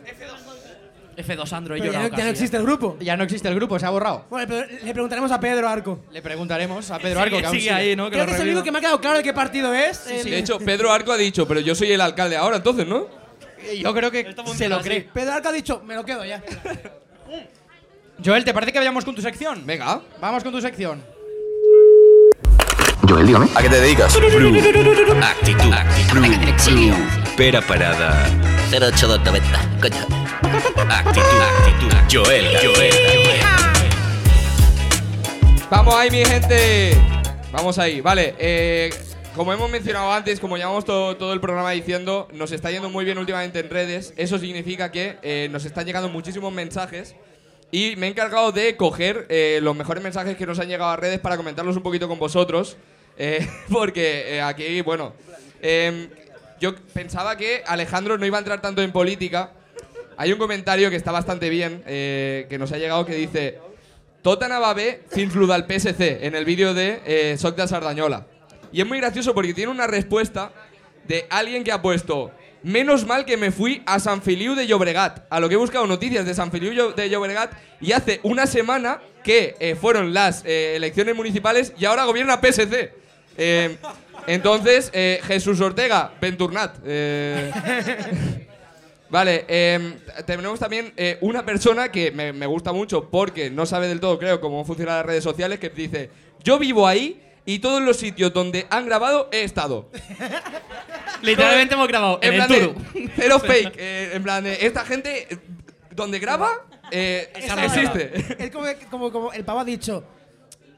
F2 Android,
Pero
yo
ya, no, ya no existe el grupo.
Ya no existe el grupo, se ha borrado.
Bueno, pero le preguntaremos a Pedro Arco.
Le preguntaremos a Pedro Arco que aún
sigue
sigue.
ahí, ¿no? Que
Creo
lo
que es el
reviva.
único que me ha quedado claro de qué partido es. El-
De hecho, Pedro Arco ha dicho, pero yo soy el alcalde ahora, entonces, ¿no?
Yo creo que se lo cree.
Pedro Arco ha dicho, me lo quedo ya.
Joel, ¿te parece que vayamos con tu sección?
Venga.
Vamos con tu sección.
Joel, dígame. ¿A qué te dedicas?
Actitud. Actitud. Pera parada.
08290, coño.
Actitud. Actitud. Joel. Joel.
Vamos ahí, mi gente. Vamos ahí. Vale, eh, como hemos mencionado antes, como llevamos todo, todo el programa diciendo, nos está yendo muy bien últimamente en redes. Eso significa que eh, nos están llegando muchísimos mensajes. Y me he encargado de coger eh, los mejores mensajes que nos han llegado a redes para comentarlos un poquito con vosotros. eh, [LAUGHS] porque eh, aquí, bueno, em, yo pensaba que Alejandro no iba a entrar tanto en política. Hay un comentario que está bastante bien, eh, que nos ha llegado, que dice, Totana va bé fins lo del PSC en el vídeo de eh, Soc de Sardañola. Y es muy gracioso porque tiene una respuesta de alguien que ha puesto Menos mal que me fui a San Filiu de Llobregat, a lo que he buscado noticias de San Filiu de Llobregat y hace una semana que eh, fueron las eh, elecciones municipales y ahora gobierna PSC. Eh, entonces, eh, Jesús Ortega, Venturnat. eh, Vale, eh, tenemos también eh, una persona que me, me gusta mucho porque no sabe del todo, creo, cómo funcionan las redes sociales, que dice, yo vivo ahí y todos los sitios donde han grabado he estado.
Literalmente hemos grabado en, el
plan de, [LAUGHS]
Turu. [LAUGHS]
cero fake. eh, en plan de, esta gente, eh, donde graba, eh, existe.
Es como, como, como el pavo ha dicho,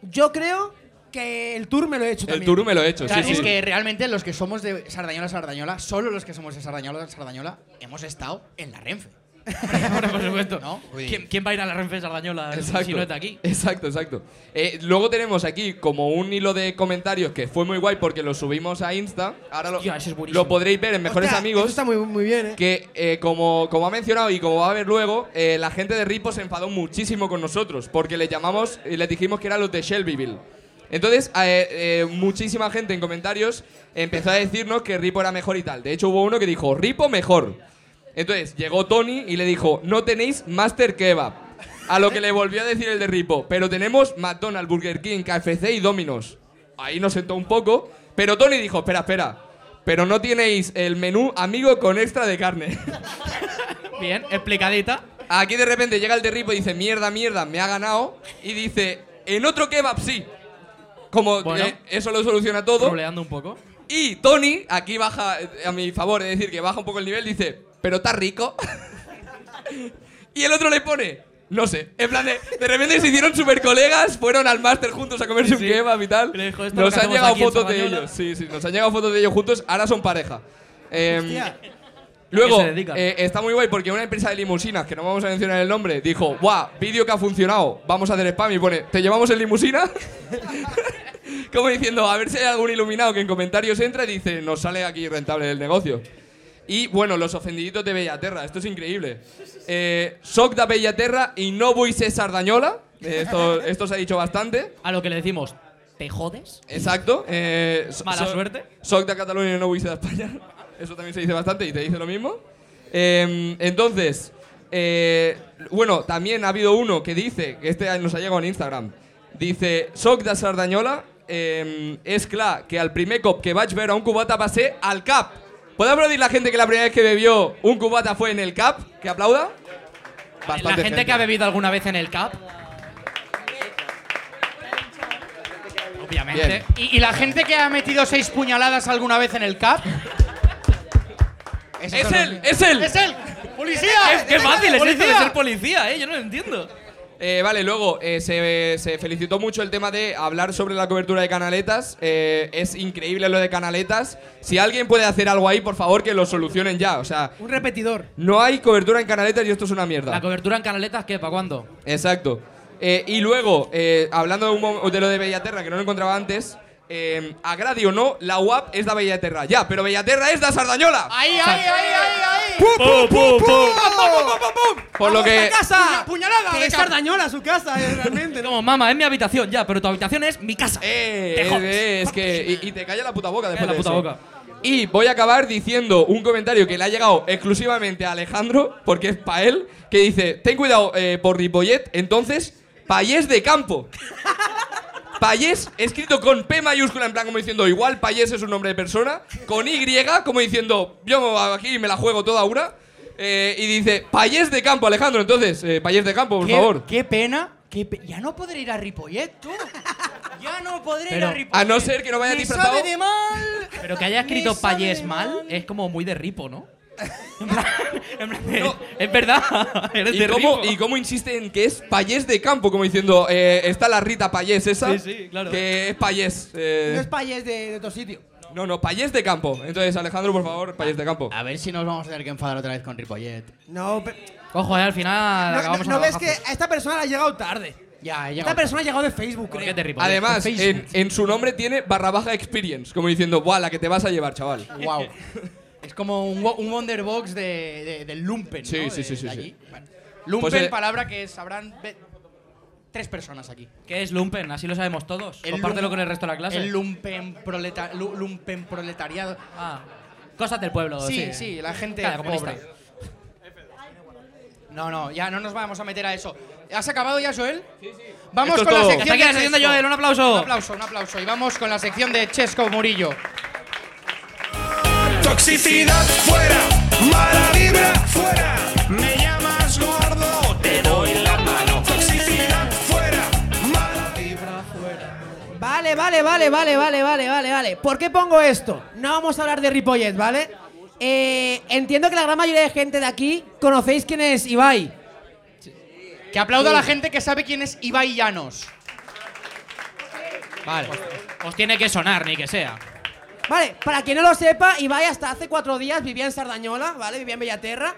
yo creo que el tour me lo he hecho
[LAUGHS] El
también.
Turu me lo he hecho, sí,
Claro,
sí.
es
[LAUGHS]
que realmente los que somos de Sardañola, Sardañola, solo los que somos de Sardañola, Sardañola, hemos estado en la Renfe.
por supuesto.
¿No? Uy.
¿Quién, quién va a ir a la Renfe Sardañola si no
[LAUGHS]
está aquí?
Exacto, exacto. Eh, luego tenemos aquí como un hilo de comentarios que fue muy guay porque lo subimos a Insta. Ahora lo,
Hostia, eso es buenísimo.
lo podréis ver en Mejores
Hostia,
Amigos.
Eso está muy, muy bien, ¿eh?
que eh, como, como ha mencionado y como va a ver luego, eh, la gente de Ripo se enfadó muchísimo con nosotros porque le llamamos y les dijimos que eran los de Shelbyville. Entonces, eh, eh, muchísima gente en comentarios empezó a decirnos que Ripo era mejor y tal. De hecho, hubo uno que dijo, Ripo mejor. Entonces, llegó Tony y le dijo, no tenéis Master Kebab. A lo que le volvió a decir el de Ripo, pero tenemos McDonald's, Burger King, KFC y Domino's. Ahí nos sentó un poco, pero Tony dijo, espera, espera, pero no tenéis el menú amigo con extra de carne. [LAUGHS]
Bien, explicadita.
Aquí de repente llega el de Ripo y dice, mierda, mierda, me ha ganado. Y dice, en otro kebab sí. Como
Bueno.
eh, eso lo soluciona todo.
Troleando un poco.
Y Tony, aquí baja, eh, a mi favor, es [LAUGHS] decir, que baja un poco el nivel, dice, pero está rico. y el otro le pone, No sé. En plan, de, de repente se hicieron super colegas, fueron al máster juntos a comerse un kebab y tal.
Le dijo, "Esto es lo
Nos
que
han
hacemos
llegado
aquí en
fotos de
Sardañola".
ellos. Sí, sí, nos han llegado fotos de ellos juntos. Ahora son pareja. Eh,
Hostia.
Luego,
¿A qué se dedican?
eh, está muy guay porque una empresa de limusinas, que no vamos a mencionar el nombre, dijo, guau, vídeo que ha funcionado, vamos a hacer spam y pone, ¿te llevamos en limusina? [LAUGHS] Como diciendo, a ver si hay algún iluminado que en comentarios entra y dice, nos sale aquí rentable el negocio. Y bueno, los ofendiditos de Bellaterra, esto es increíble. Eh, soc de Bellaterra y no voy ser Sardañola, eh, esto, esto se ha dicho bastante.
A lo que le decimos, ¿te jodes?
Exacto. eh, so-
Mala
so-
suerte.
Soc de Cataluña y no voy a España. [LAUGHS] Eso también se dice bastante y te dice lo mismo. Eh, entonces, eh, bueno, también ha habido uno que dice, que este nos ha llegado en Instagram, dice, soc de Sardañola, eh, és clar que el primer cop que vaig veure un cubata va ser al CAP. ¿Puede aplaudir la gente que la primera vez que bebió un cubata fue en el CAP? ¿Que aplauda? Bastante
la gente, que ha bebido alguna vez en el CAP.
Bien.
Obviamente.
¿Y, y la gente que ha metido seis puñaladas alguna vez en el CAP?
¡Es él! ¡Es él!
¡Es él! ¡Policía!
¡Qué fácil [LAUGHS] es esto de
¡Policía!
ser policía, eh! Yo no lo entiendo.
Eh, vale, luego eh, se, se felicitó mucho el tema de hablar sobre la cobertura de canaletas. Eh, es increíble lo de canaletas. Si alguien puede hacer algo ahí, por favor, que lo solucionen ya. O sea,
Un repetidor.
no hay cobertura en canaletas y esto es una mierda.
La cobertura en canaletas, ¿qué? ¿Para cuándo?
Exacto. Eh, y luego, eh, hablando de, un mo- de lo de Bellaterra, que no lo encontraba antes, eh, agradi o no, la UAP es de Bellaterra. Ya, pero Bellaterra es de Sardañola.
¡Ahí, ahí, ahí, ahí! ahí.
¡Pum, pum, pum, pum! Por lo que...
casa!
puñalada
Que
de
es
ca-
Sardañola su casa, eh, realmente. ¿no?
Como, mamá, es mi habitación, ya, pero tu habitación es mi casa.
Eh,
Te
eh,
jodes.
eh, es que. Y, y te calla la puta boca después
Calla
de
la puta
eso. Y voy a acabar diciendo un comentario que le ha llegado exclusivamente a Alejandro, porque es para él, que dice: Ten cuidado eh, por Ripollet, entonces, payés de campo. Payés, escrito con P mayúscula, en plan como diciendo, igual payés es un nombre de persona, con Y, como diciendo, yo aquí me la juego toda una, eh, y dice, payés de campo, Alejandro, entonces, eh, payés de campo, por
Qué-
favor.
Qué pena. qué pe- ya no podré ir a Ripollet, tú. [LAUGHS] Ya no podré ir
Pero,
a Ripollet.
A no ser que no vaya
Me
disfrazado.
sabe de mal.
Pero que haya escrito
Me sabe
payés mal es como muy de ripo, [LAUGHS] ¿no? En plan- en plan de-
No.
Es verdad, [LAUGHS] eres
¿Y
de
cómo,
ripo.
y cómo insiste en que es payés de campo? Como diciendo, eh, está la Rita Payés esa.
Sí, sí, claro.
Que es payés. eh,
No es payés de, de otro sitio.
no, no, payés de campo. Entonces, Alejandro, por favor, payés de
Ah,
campo.
A ver si nos vamos a tener que enfadar otra vez con Ripollet.
No, pe-
Ojo, eh, al final
no,
acabamos
no
a
ves que
navajazos.
a esta persona le ha llegado tarde.
Ya, ya.
Esta persona ha llegado de Facebook,
¿Por qué
creo.
te ripo?
Además,
En
en, en su nombre tiene barra baja experience. Como diciendo, buah, la que te vas a llevar, chaval.
Wow. [LAUGHS] es como un, wo- un Wonderbox de, de, del Lumpen.
Sí,
¿no?
sí,
De-
sí, sí,
de
sí.
allí. Bueno. Lumpen,
Pues, eh,
palabra que sabrán ve- tres personas aquí.
¿Qué es lumpen? Así lo sabemos todos.
El
Compártelo
lum-
con el resto de la clase.
El lumpen, proleta- lu- lumpen proletariado.
Ah, cosas del pueblo.
Sí,
Sí,
sí, la gente
Cada comunista.
pobre. No, no, ya no nos vamos a meter a eso. ¿Has acabado ya, Joel? Sí, sí. Vamos
Esto es
con la
todo.
sección
Está aquí la
de
sección de
Chesco.
Joel, un aplauso.
Un aplauso, un aplauso. Y vamos con la sección de Chesco Murillo.
Toxicidad fuera, mala vibra fuera. Me llamas gordo, te doy la mano. Toxicidad fuera, mala vibra
Vale, vale, vale, vale, vale, vale, vale, vale. ¿Por qué pongo esto? No vamos a hablar de Ripollet, ¿vale? Eh, entiendo que la gran mayoría de gente de aquí conocéis quién es Ibai.
Que aplauda a la gente que sabe quién es Ibai Llanos.
Vale. Os tiene que sonar, ni que sea.
Vale, para quien no lo sepa, Ibai hasta hace cuatro días vivía en Sardañola, ¿vale? Vivía en Bellaterra.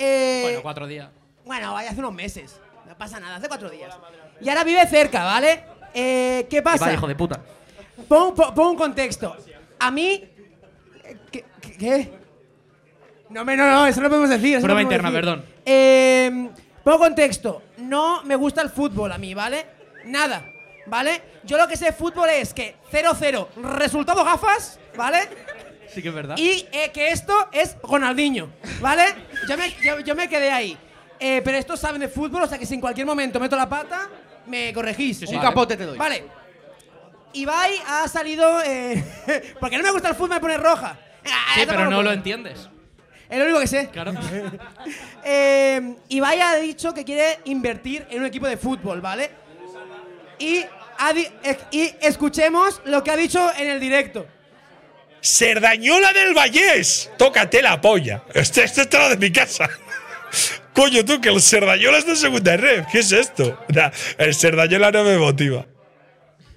Eh,
Bueno, cuatro días.
Bueno, vaya, hace unos meses. No pasa nada, hace cuatro días. Y ahora vive cerca, ¿vale? Eh, ¿Qué pasa?
Vale, hijo de puta.
Pon, pon- pon un contexto. A mí. ¿Qué? qué- qué? No, hombre, no, no, eso no podemos decir. eso no
Broma
podemos
interna,
decir.
perdón.
Eh, pongo contexto. No me gusta el fútbol a mí, ¿vale? Nada, ¿vale? Yo lo que sé de fútbol es que 0-0, resultado gafas, ¿vale?
Sí que es verdad.
Y eh, que esto es Ronaldinho, ¿vale? Yo me, yo, yo me quedé ahí. Eh, pero estos saben de fútbol, o sea que si en cualquier momento meto la pata, me corregís.
Un capote te doy.
Vale. Ibai ha salido. eh, [LAUGHS] porque no me gusta el fútbol, me pone roja. Ah,
Sí,
toma
pero
por
no
culo.
lo entiendes.
Es lo único que sé.
[LAUGHS]
Claro.
Eh, Ibai ha dicho que quiere invertir en un equipo de fútbol, ¿vale? Y, ha di- eh, y escuchemos lo que ha dicho en el directo.
Serdañola del Vallés. Tócate la polla. Este, este es todo de mi casa.
Coño, tú, que el Cerdañola es de segunda red. ¿Qué es esto? Nah, el Cerdañola no me motiva.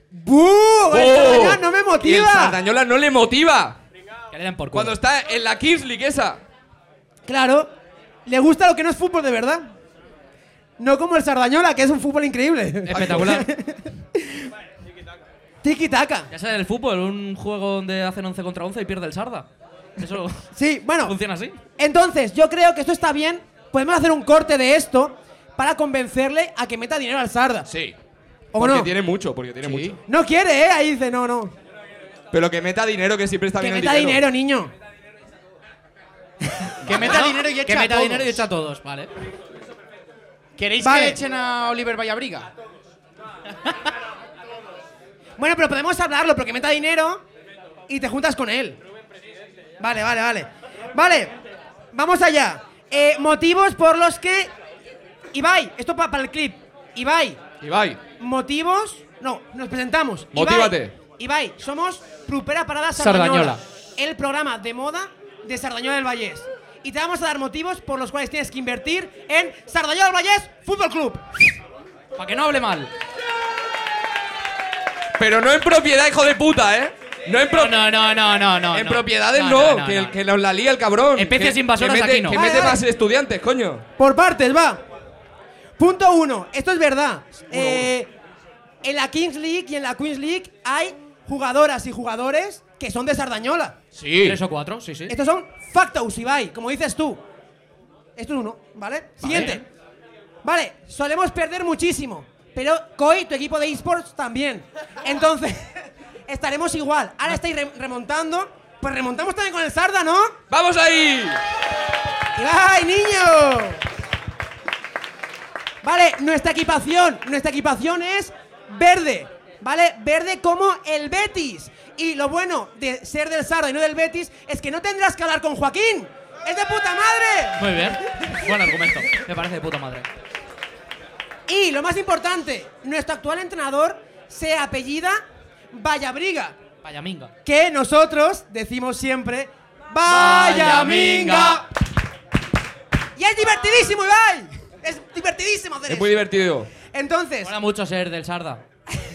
¡Bú!
¡Oh!
El Sardañola no me
Oh. Y el
motiva.
Sardañola no le motiva.
Que le den por culo.
Cuando está en la Kings League esa.
Claro, le gusta lo que no es fútbol de verdad. No como el Sardañola, que es un fútbol increíble.
[LAUGHS]
Espectacular.
[LAUGHS] Tiki taka.
ya sabes, el fútbol, un juego donde hacen 11 contra 11 y pierde el Sarda. Eso [LAUGHS]
Sí, bueno.
funciona así.
Entonces, yo creo que esto está bien. Podemos hacer un corte de esto para convencerle a que meta dinero al Sarda.
Sí.
¿O
Porque
no?
tiene mucho, porque tiene mucho.
No quiere, ¿eh? Ahí dice, no, no.
Pero que meta dinero, que siempre está
Que
bien el
meta dinero, niño.
Que meta dinero y echa
que meta
a todos.
dinero y echa a todos, vale.
¿Queréis
Vale.
que echen a Oliver Vallabriga?
Bueno, pero podemos hablarlo, porque meta dinero y te juntas con él. Vale, vale, vale. Vale, vamos allá. Eh, motivos por los que... Ibai, esto para el clip. Ibai,
Ibai.
motivos... No, nos presentamos. Ibai-
Motívate.
Ibai, somos Prupera Parada Sardañola.
Sardañola.
El programa de moda de Sardañola del Vallés. Y te vamos a dar motivos por los cuales tienes que invertir en Sardañola del Vallés Fútbol Club.
Para que no hable mal.
Pero no en propiedad, hijo de puta, ¿eh? No en propiedad.
No, no, no, no, no.
en
no.
propiedades no, que,
no.
que nos la lía el cabrón.
Especies
Que-
invasoras
que mete-
aquí no.
Que
Vale,
mete
vale.
más estudiantes, coño.
Por partes, va. Punto uno. Esto es verdad. Eh, en la Kings League y en la Queens League hay jugadoras y jugadores que son de Sardañola.
Sí.
Tres o cuatro, sí,
Este
sí.
Estos son factos, Ibai, como dices tú. Esto es uno, ¿vale? Siguiente. Vale, solemos perder muchísimo. Pero COI, tu equipo de esports, también. Entonces, [LAUGHS] estaremos igual. Ahora estáis re- remontando. Pues remontamos también con el Sarda, ¿no?
¡Vamos ahí!
¡Ay, niño! Vale, nuestra equipación, nuestra equipación es verde, ¿vale? Verde como el Betis. Y lo bueno de ser del Sarda y no del Betis es que no tendrás que hablar con Joaquín. ¡Es de puta madre!
Muy bien. Buen argumento. Me parece de puta madre.
Y lo más importante, nuestro actual entrenador se apellida Vallabriga,
Vaya minga.
que nosotros decimos siempre ¡Vaya minga! Y es divertidísimo, Ibai. Es divertidísimo hacer
Es muy
eso.
divertido.
Entonces, [LAUGHS]
Mola mucho ser del Sarda.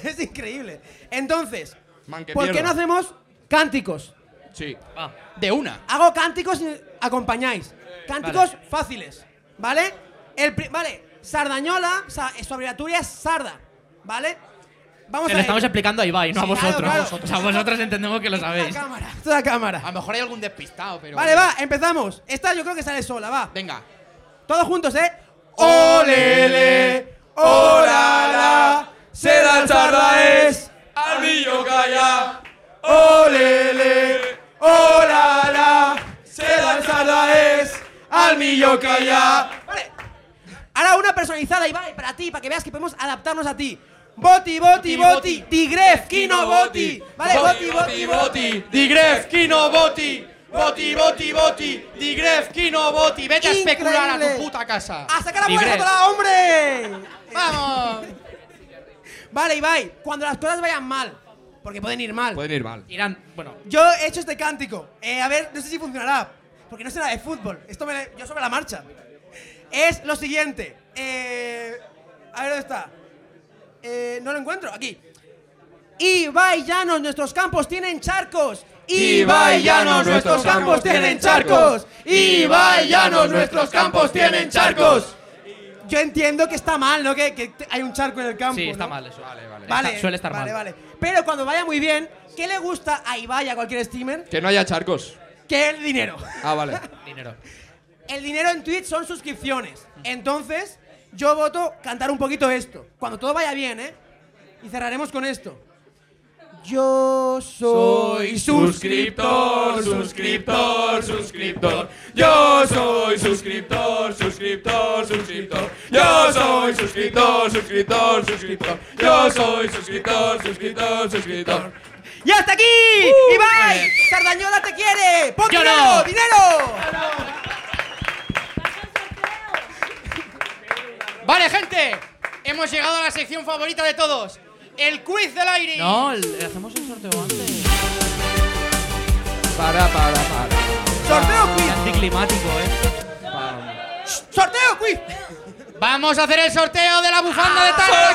Es increíble. Entonces,
Man, que
¿por qué
pierda.
no hacemos cánticos?
Sí.
Va.
De una.
Hago cánticos y acompañáis. Cánticos fáciles, ¿vale? El pri- vale, Sardañola, sa- su abreviatura es Sarda, ¿vale? Vamos
Se
a
lo
ver.
estamos explicando a Ibai, no a
Sí, claro,
vosotros.
claro.
O sea, vosotros entendemos que lo sabéis.
cámara, toda cámara.
A lo mejor hay algún despistado, pero.
Ah, Vale, va, empezamos. Esta yo creo que sale sola, va.
Venga.
Todos juntos, ¿eh? Olele, orala,
Será el Sarda es Armillo calla. Olele. Olala. Será el Sarda es Armillo calla.
Vale. Ahora una personalizada, Ibai, para ti, para que veas que podemos adaptarnos a ti. Boti, boti, boti, tigref, kino, boti. Vale, boti, boti, boti.
Digref, Kino, Boti. Boti, Boti, Boti.
Digref, Kino, Boti, vete a especular a tu
Increíble.
puta casa.
¡A sacar la
Tigref.
muerte para hombre!
¡Vamos!
Vale, Ibai, cuando las cosas vayan mal, porque pueden ir mal.
Pueden ir mal.
Irán, bueno,
Yo he hecho este cántico. Eh, a ver, no sé si funcionará, porque no será de fútbol. Esto me la- yo sobre la marcha. Es lo siguiente. Eh, a ver dónde está. Eh, no lo encuentro. Aquí. Ibai Llanos, nuestros campos tienen charcos.
Ibai Llanos, nuestros campos tienen charcos. Ibai Llanos, nuestros campos tienen charcos.
Yo entiendo que está mal, ¿no? Que, que hay un charco en el campo.
sí, está
¿no?
mal eso. Vale, vale.
Vale,
suele estar
vale,
mal.
Vale, Pero cuando vaya muy bien, ¿qué le gusta a Ibai a cualquier streamer?
Que no haya charcos.
Que el dinero.
Ah, vale.
Dinero.
El dinero en Twitch son suscripciones. Entonces, yo voto cantar un poquito esto. Cuando todo vaya bien, ¿eh? Y cerraremos con esto. Yo soy
suscriptor, suscriptor, suscriptor. Yo soy suscriptor, suscriptor, suscriptor. Yo soy suscriptor, suscriptor, suscriptor. Yo soy suscriptor, suscriptor, suscriptor.
¡Y hasta aquí! ¡Ibai! ¡Sardañola te quiere! ¡Pon
Yo
dinero!
no.
¡Dinero!
[LAUGHS] Vale, gente. Hemos llegado a la sección favorita de todos. El quiz del aire.
No, el- hacemos un sorteo antes.
Para, para, para.
¡Sorteo
Qué
quiz!
anticlimático, eh.
¡Sorteo, quiz!
Vamos a hacer el sorteo de la bufanda de Tano
Ah,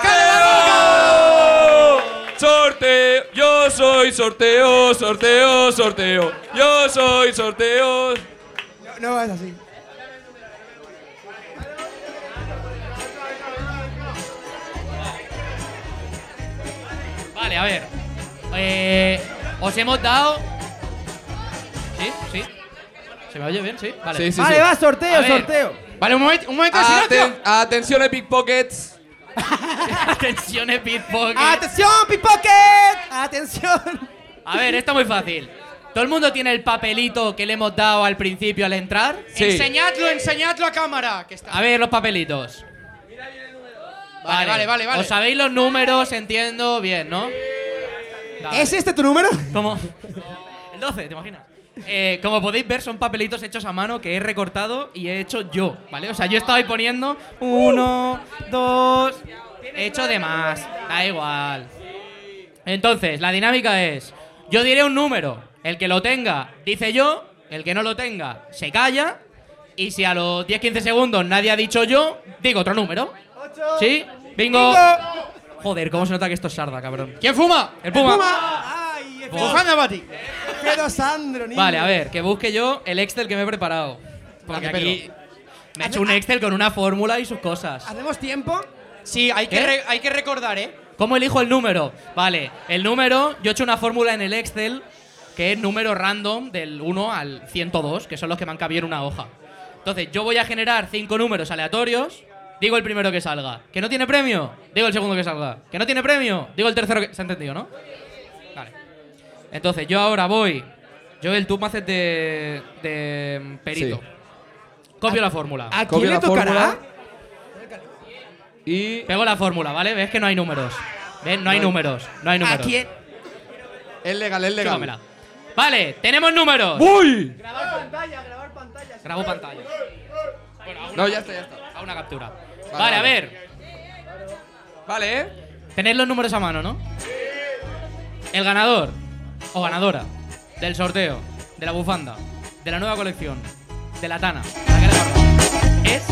de Calle
Sorteo, yo soy sorteo, sorteo, sorteo. Yo soy sorteo.
No, no es así.
Vale, a ver. Eh, os hemos dado. Sí, sí. ¿Se me oye bien? Sí, vale.
Sí, sí,
vale,
sí.
va,
A
sorteo,
ver.
sorteo.
Vale, un momento, un momento de
Aten-
silencio.
atención, Epic Pockets.
Atenciones, pickpocket.
¡Atención, pickpocket! ¡Atención!
A ver, está muy fácil. ¿Todo el mundo tiene el papelito que le hemos dado al principio al entrar?
Sí.
Enseñadlo, enseñadlo a cámara. Que está.
A ver, los papelitos.
Vale, vale, vale, vale.
Os sabéis los números, entiendo bien, ¿no? Dale.
¿Es este tu número?
Como. El 12, ¿te imaginas? Eh, como podéis ver, son papelitos hechos a mano que he recortado y he hecho yo, ¿vale? O sea, yo estaba ahí poniendo uno, dos, he hecho de más, da igual. Entonces, la dinámica es, yo diré un número, el que lo tenga dice yo, el que no lo tenga se calla y si a los 10-15 segundos nadie ha dicho yo, digo otro número. ¿Sí? Bingo. Joder, cómo se nota que esto es sarda, cabrón.
¿Quién fuma?
El Puma.
¡Ay,
Bufanda, Bati.
Pedro Sandro, niño!
Vale, a ver, que busque yo el Excel que me he preparado. Porque
Date,
aquí me he hecho un Excel con una fórmula y sus cosas.
¿Hacemos tiempo?
Sí, hay que,
¿Eh?
re- hay que recordar, ¿eh?
¿Cómo elijo el número? Vale, el número, yo he hecho una fórmula en el Excel que es número random del 1 al 102, que son los que me han cabido en una hoja. Entonces, yo voy a generar cinco números aleatorios. Digo el primero que salga. ¿Que no tiene premio? Digo el segundo que salga. ¿Que no tiene premio? Digo el tercero que... ¿Se ha entendido, no? Vale. Entonces, yo ahora voy... Yo el tú me haces de... de mm, perito. Copio la fórmula.
¿A
Copia
quién le
la
tocará?
fórmula. Y
Pego la fórmula, ¿vale? Ves que no hay números. ¿Ves? No hay números. No hay números.
¿A quién?
es legal, es
Chúpamela.
legal.
Vale, tenemos números.
¡Uy!
Grabo pantalla. Bueno, a una,
No, ya está, ya está.
a una captura. Vale,
vale.
a ver.
Vale, ¿eh?
Tenéis los números a mano, ¿no? El ganador o ganadora del sorteo, de la bufanda, de la nueva colección, de la tana, la que le damos, es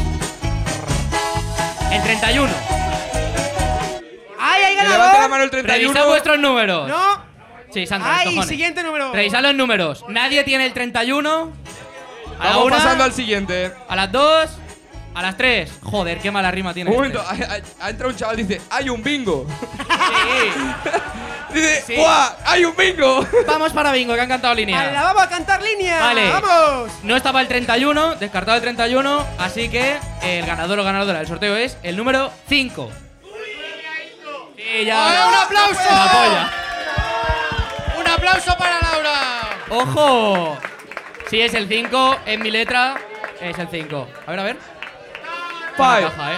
el 31.
¡Ay, hay
Que levante la mano
ganador!
el 31.
Revisad vuestros números.
¡No!
Sí, Sandra,
¡Ay,
cojones.
siguiente número!
Revisad los números. Nadie tiene el 31. A la
Vamos
una,
pasando al siguiente.
a las 2, a las 3. Joder, qué mala rima tiene.
Un
este.
momento, ha, ha- ha entrado un chaval y dice, hay un bingo. [LAUGHS]
Sí.
Dice,
Sí.
¡buah! ¡Hay un bingo! [LAUGHS]
Vamos para bingo, que han cantado
Vale, la
línea.
vamos a cantar línea!
Vale.
¡Vamos!
No estaba el 31, descartado el 31, así que el ganador o ganadora del sorteo es el número 5. Sí, ya.
¡Ole, un aplauso!
Una polla.
¡Un aplauso para Laura!
¡Ojo! Si es el 5, en mi letra es el 5. A ver, a ver. Buena
Five.
caja, eh.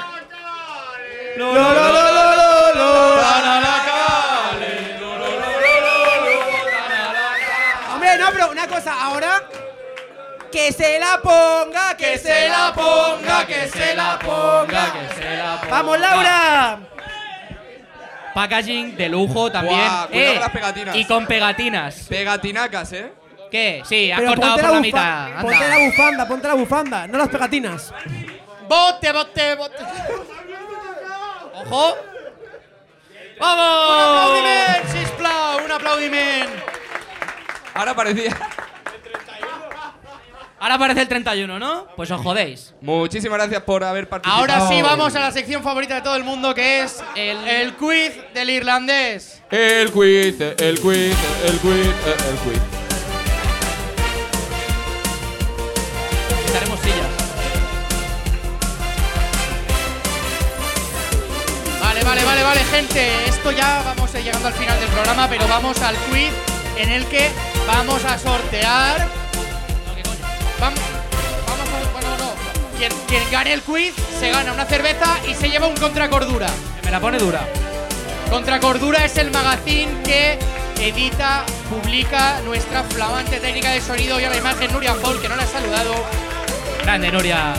Hombre, no, pero una cosa, ahora. Que se la ponga, que se la ponga, que se la ponga, que se la ponga. ¡Vamos, Laura!
Packaging de lujo también. Eh,
Guau, cuidado con las pegatinas.
Y con pegatinas.
Pegatinacas, ¿eh?
¿Qué? Sí, has
Pero
cortado
ponte la,
por la,
bufa-
mitad. anda.
ponte la bufanda, ponte la bufanda, no las pegatinas.
¡Bote, bote, bote!
¡Ojo!
¡Un
¡Vamos!
aplaudiment, Sisplau! ¡Un aplaudiment!
Ahora parecía... [LAUGHS]
Ahora aparece el 31, ¿no? Pues os jodéis.
Muchísimas gracias por haber participado.
Ahora sí, vamos a la sección favorita de todo el mundo, que es el, el quiz del irlandés.
El quiz, eh, el quiz, eh, el quiz, eh, el quiz.
Quitaremos sillas.
Vale, vale, vale, vale, gente. Esto ya vamos eh, llegando al final del programa, pero vamos al quiz en el que vamos a sortear. Vamos, vamos, a- bueno, no. Quien, quien gane el quiz se gana una cerveza y se lleva un contracordura.
Me la pone dura.
Contracordura es el magazine que edita, publica nuestra flamante técnica de sonido y a la imagen Nuria Paul, que no la ha saludado.
Grande, Nuria.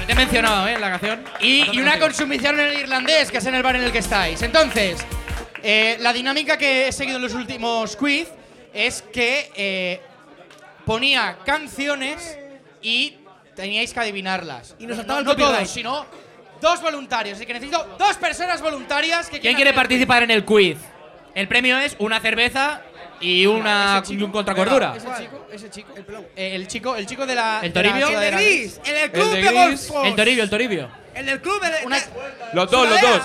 No te he mencionado, ¿eh? En la canción.
Y, y una
consulta.
consumición en el irlandés, que es en el bar en el que estáis. Entonces, eh, la dinámica que he seguido en los últimos quiz es que eh, ponía canciones y Teníais que adivinarlas.
Y
No-
nos saltaba el
no, no
copyright.
todos, sino dos voluntarios. Así que necesito dos personas voluntarias que
¿Quién
quieran
quiere
hacer-
participar en el quiz? El premio es una cerveza y una
Ese
y
chico.
un contracordura.
Ese chico, ese chico. El, Eh, el chico, el chico de la.
¿El
de la
Toribio?
El de
sudadera.
gris, el del club
de
de,
gris,
golfos.
El toribio, el toribio.
El del club, el,
Una-
Los dos, los dos.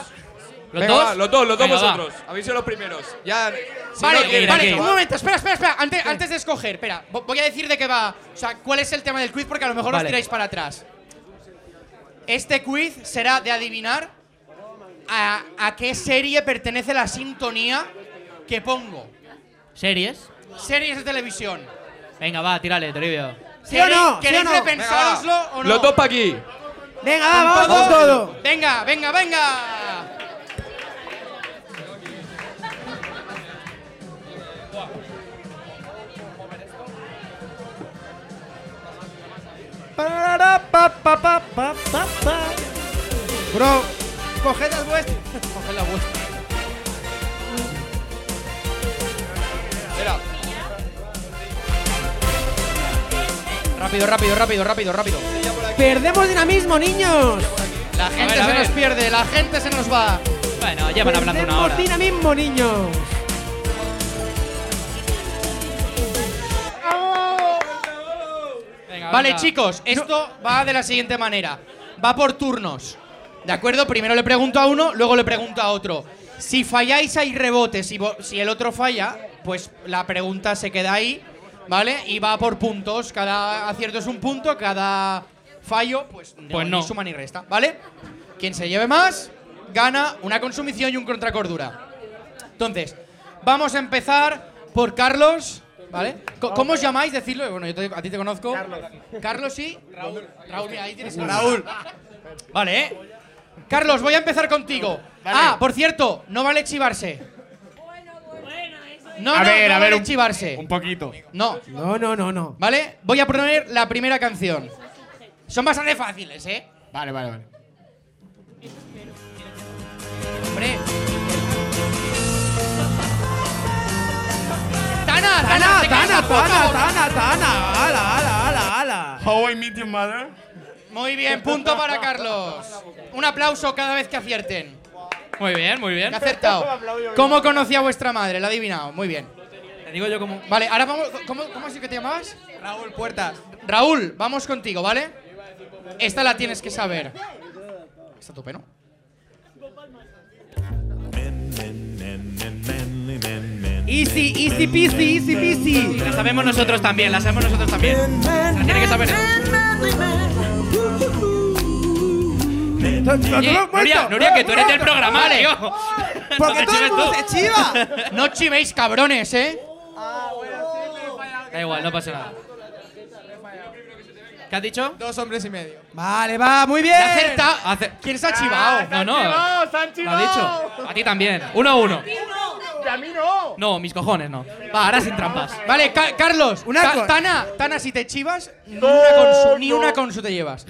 ¿Los
Venga,
dos?
va, los dos, los dos
Venga, va.
vosotros. Habéis sido los primeros. Ya. si
Vale,
no, quiere,
vale,
quiere.
un momento, espera, espera, espera. Ante- Antes, de escoger, espera, vo- voy a decir de qué va. O sea, cuál es el tema del quiz porque a lo mejor os
Vale.
tiráis para atrás. Este quiz será de adivinar a, a qué serie pertenece la sintonía que pongo.
¿Series?
Series de televisión.
Venga, va, tírale, Toribio.
¿Sí o no? ¿Sí o
¿Queréis
no?
repensároslo
Venga, va.
o no?
Los dos para aquí.
Venga, va, vamos
¿Todos?
con todo.
Venga, venga, venga.
Bro, coged las vuestras.
Coged la vuestra. Espera. Rápido, rápido, rápido, rápido, rápido.
Perdemos dinamismo, niños.
La gente
ver, a
se
ver.
nos pierde, la gente se nos va.
Bueno, llevan hablando una hora.
Perdemos dinamismo, niños.
Venga,
Vale,
venga.
chicos, esto va de la siguiente manera. Va por turnos. ¿De acuerdo? Primero le pregunto a uno, luego le pregunto a otro. Si falláis hay rebotes, si, vo- si el otro falla, pues la pregunta se queda ahí, ¿vale? Y va por puntos, cada acierto es un punto, cada fallo, pues,
Pues
ni
no.
suma ni resta, ¿vale? Quien se lleve más, gana una consumición y un contracordura. Entonces, vamos a empezar por Carlos, ¿vale? Co- ¿Cómo os llamáis? Decirlo, bueno, yo te- a ti te conozco. Carlos. Carlos y Raúl. Raúl, mira, ahí tienes a Raúl. Vale, ¿eh? Carlos, voy a empezar contigo. Ah, por cierto, no vale chivarse. No,
A
no,
ver,
no
a ver,
vale
un-
chivarse.
Un poquito.
No,
No, no, no, no.
¿vale? Voy a poner la primera canción. Son bastante fáciles, ¿eh?
Vale, vale, vale.
Hombre. Tana, Tana,
Tana,
te
Tana,
quedas poco,
Tana,
¿no?
Tana, Tana. Ala, ala, ala, ala.
How I Meet Your Mother.
Muy bien, punto para Carlos. Un aplauso cada vez que acierten.
Muy bien, muy bien.
Que ha acertado. ¿Cómo conocí a vuestra madre? Lo ha adivinado. Muy bien.
Te digo yo como.
Vale, ahora vamos. ¿Cómo, cómo es que te llamabas? Raúl Puertas. Raúl, vamos contigo, ¿vale? Esta la tienes que saber. Está a tope, ¿no?
Easy, easy peasy, easy peasy.
La sabemos nosotros también, la sabemos nosotros también. La tiene que saber. Oye, Nuria, Nuria, que tú eres del programa,
Vale.
tío. No
Porque todo el
te chives
mundo
tú.
se chiva.
No chivéis, cabrones, ¿eh?
Da igual, no pasa nada. ¿Qué has dicho?
Dos hombres y medio.
Vale, va, muy bien.
¿Te ha acertado? ¿Quién se ha chivado?
No, [LAUGHS] no. Lo has dicho. A ti también. Uno a uno. No, mis cojones no. Va, ahora sin trampas.
Vale, Ca- Carlos,
Una
Ca-
con-
Tana, Tana, si te chivas, ni una consu, ni una consu te llevas.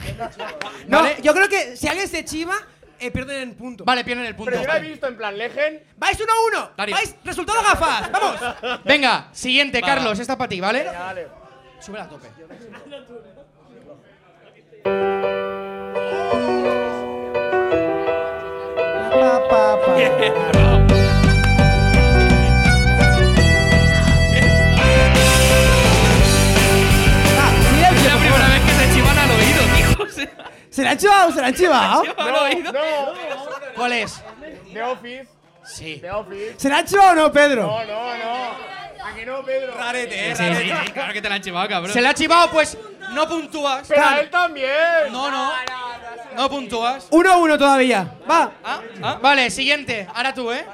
No,
¿Vale?
yo creo que si alguien se chiva, eh, pierden el punto.
Vale, pierden el punto.
Vais 1 a 1.
Dario.
Vais, resultado gafas. Vamos. [LAUGHS]
Venga, siguiente,
Va,
Carlos,
va.
esta para ti, ¿vale? Sube a tope.
Pa, pa, pa.
Es la primera vez que se chivan al oído, tío. Se
¿Se la han chivado? ¿Se la han chivado?
chivan al oído.
¿Cuál es? The Office. Sí.
¿Se la han chivado o no, Pedro?
Sí, sí, sí, claro que te la han chivado, cabrón.
Se la ha chivado, pues no puntúas.
Claro.
eh. No, no. No puntúas.
1 a 1 todavía. Va.
Ah, ah. Vale, siguiente. Ahora tú, ¿eh?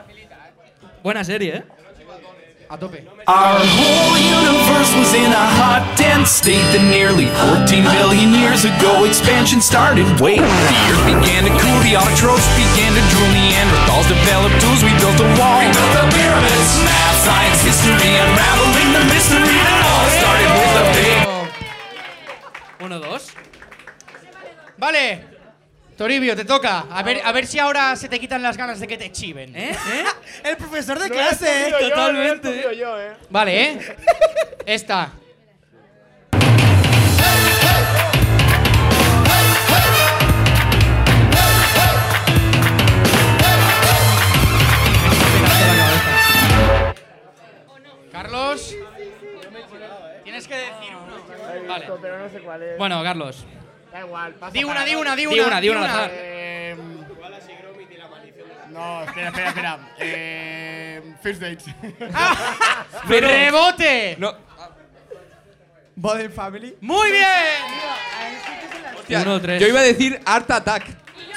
Buena serie, ¿eh?
A tope.
Our whole universe was in a hot, dense state that nearly 14 billion years ago expansion started. Wait, the earth began to cool, the autotrophs began to drool, Neanderthals developed tools, we built a wall. We built the pyramids, math, science, history, unraveling the mystery that all started with a big.
Uno, dos.
Vale. Toribio, te toca. A ver, a ver si ahora se te quitan las ganas de que te chiven.
¿Eh? ¿Eh?
El profesor de clase, eh.
Totalmente.
Vale, ¿eh? Esta. Tienes que decir uno.
Lo he visto,
Vale.
pero no sé cuál es.
Bueno, Carlos.
Da igual, pasa
Di una,
para-
di una, di
Di una, una, di una al azar.
Eh, No, espera, espera, espera. Eh, first dates.
¡Me ¡Rebote!
Modern Family.
¡Muy bien!
Hostia,
Uno, tres.
yo iba a decir Art Attack.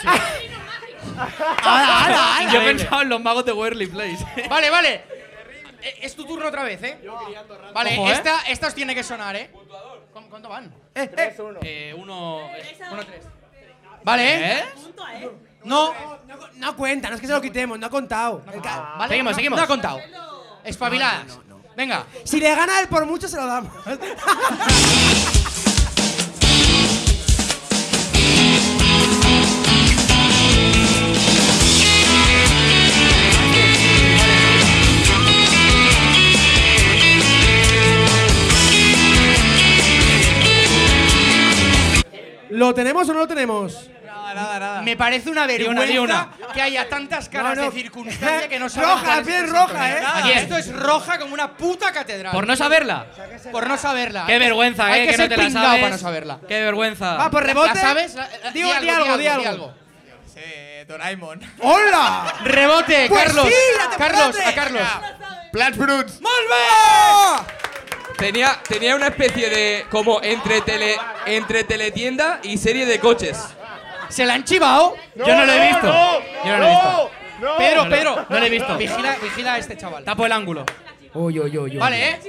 ¡Hala, hala, hala!
[LAUGHS] Yo he pensado en los magos de Werly Place.
Vale, vale. Eh, Es tu turno otra vez, ¿eh? Vale,
Ojo, ¿eh?
esta, esta os tiene que sonar, ¿eh? ¿Cu- ¿Cuánto van?
Eh, uno.
Uno, tres. Vale, ¿eh?
No, no, no cuenta, no es que se lo quitemos, no ha contado. El ca-
Vale,
Seguimos,
no-
seguimos.
No ha contado. Espabiladas. Venga.
Si le gana él por mucho, se lo damos. ¿Lo tenemos o no lo tenemos?
Me parece una
Di
vergüenza
una, di una.
que haya tantas caras
No, no.
de circunstancia que no saben
Roja,
cuál
la
es
piel
esa
roja,
sintonía.
eh.
Aquí, esto es roja como una puta catedral.
Por no saberla.
Por no saberla.
Qué vergüenza,
Hay
eh,
que
que, no
ser
te la
pringao
sabes. Ah,
para no saberla.
Qué vergüenza.
Va, por rebote.
¿La sabes? La- la-
Di, di algo, di algo.
Doraemon.
¡Hola!
Rebote,
Pues
Carlos.
sí, la te
Carlos,
parece.
a Carlos.
Plant Fruits.
Tenía, tenía una especie de. como entre, tele, entre teletienda y serie de coches.
¿Se la han chivado?
Yo no lo he visto. Yo no lo he visto.
No,
Pero,
No lo-
pero.
no lo he visto.
Vigila, vigila a este chaval.
Tapo el ángulo. Uy, uy, uy, uy.
Vale, ¿eh?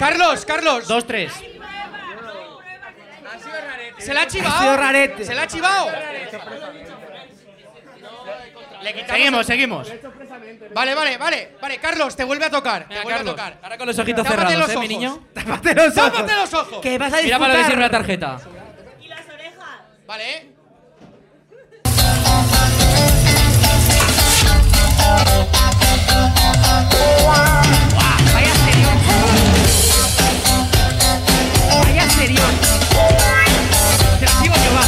Carlos, Carlos.
Dos, tres.
¿Se la ha chivado?
Ha sido rarete.
¿Se la ha chivado? Le quitamos-
Seguimos, seguimos.
Vale, vale, vale. Vale, Carlos, te vuelve a tocar. Te
Venga,
vuelve a
Carlos.
tocar.
Ahora con los ojitos
Tápate
cerrados,
los
¿eh, mi
ojos.
niño?
¡Tápate los ojos!
¡Tápate los ojos!
Que vas a
Mira para lo que sirve la
disfrutar.
tarjeta.
Vale, ¿eh?
Vaya serión. Vaya serión. Te lo digo que va.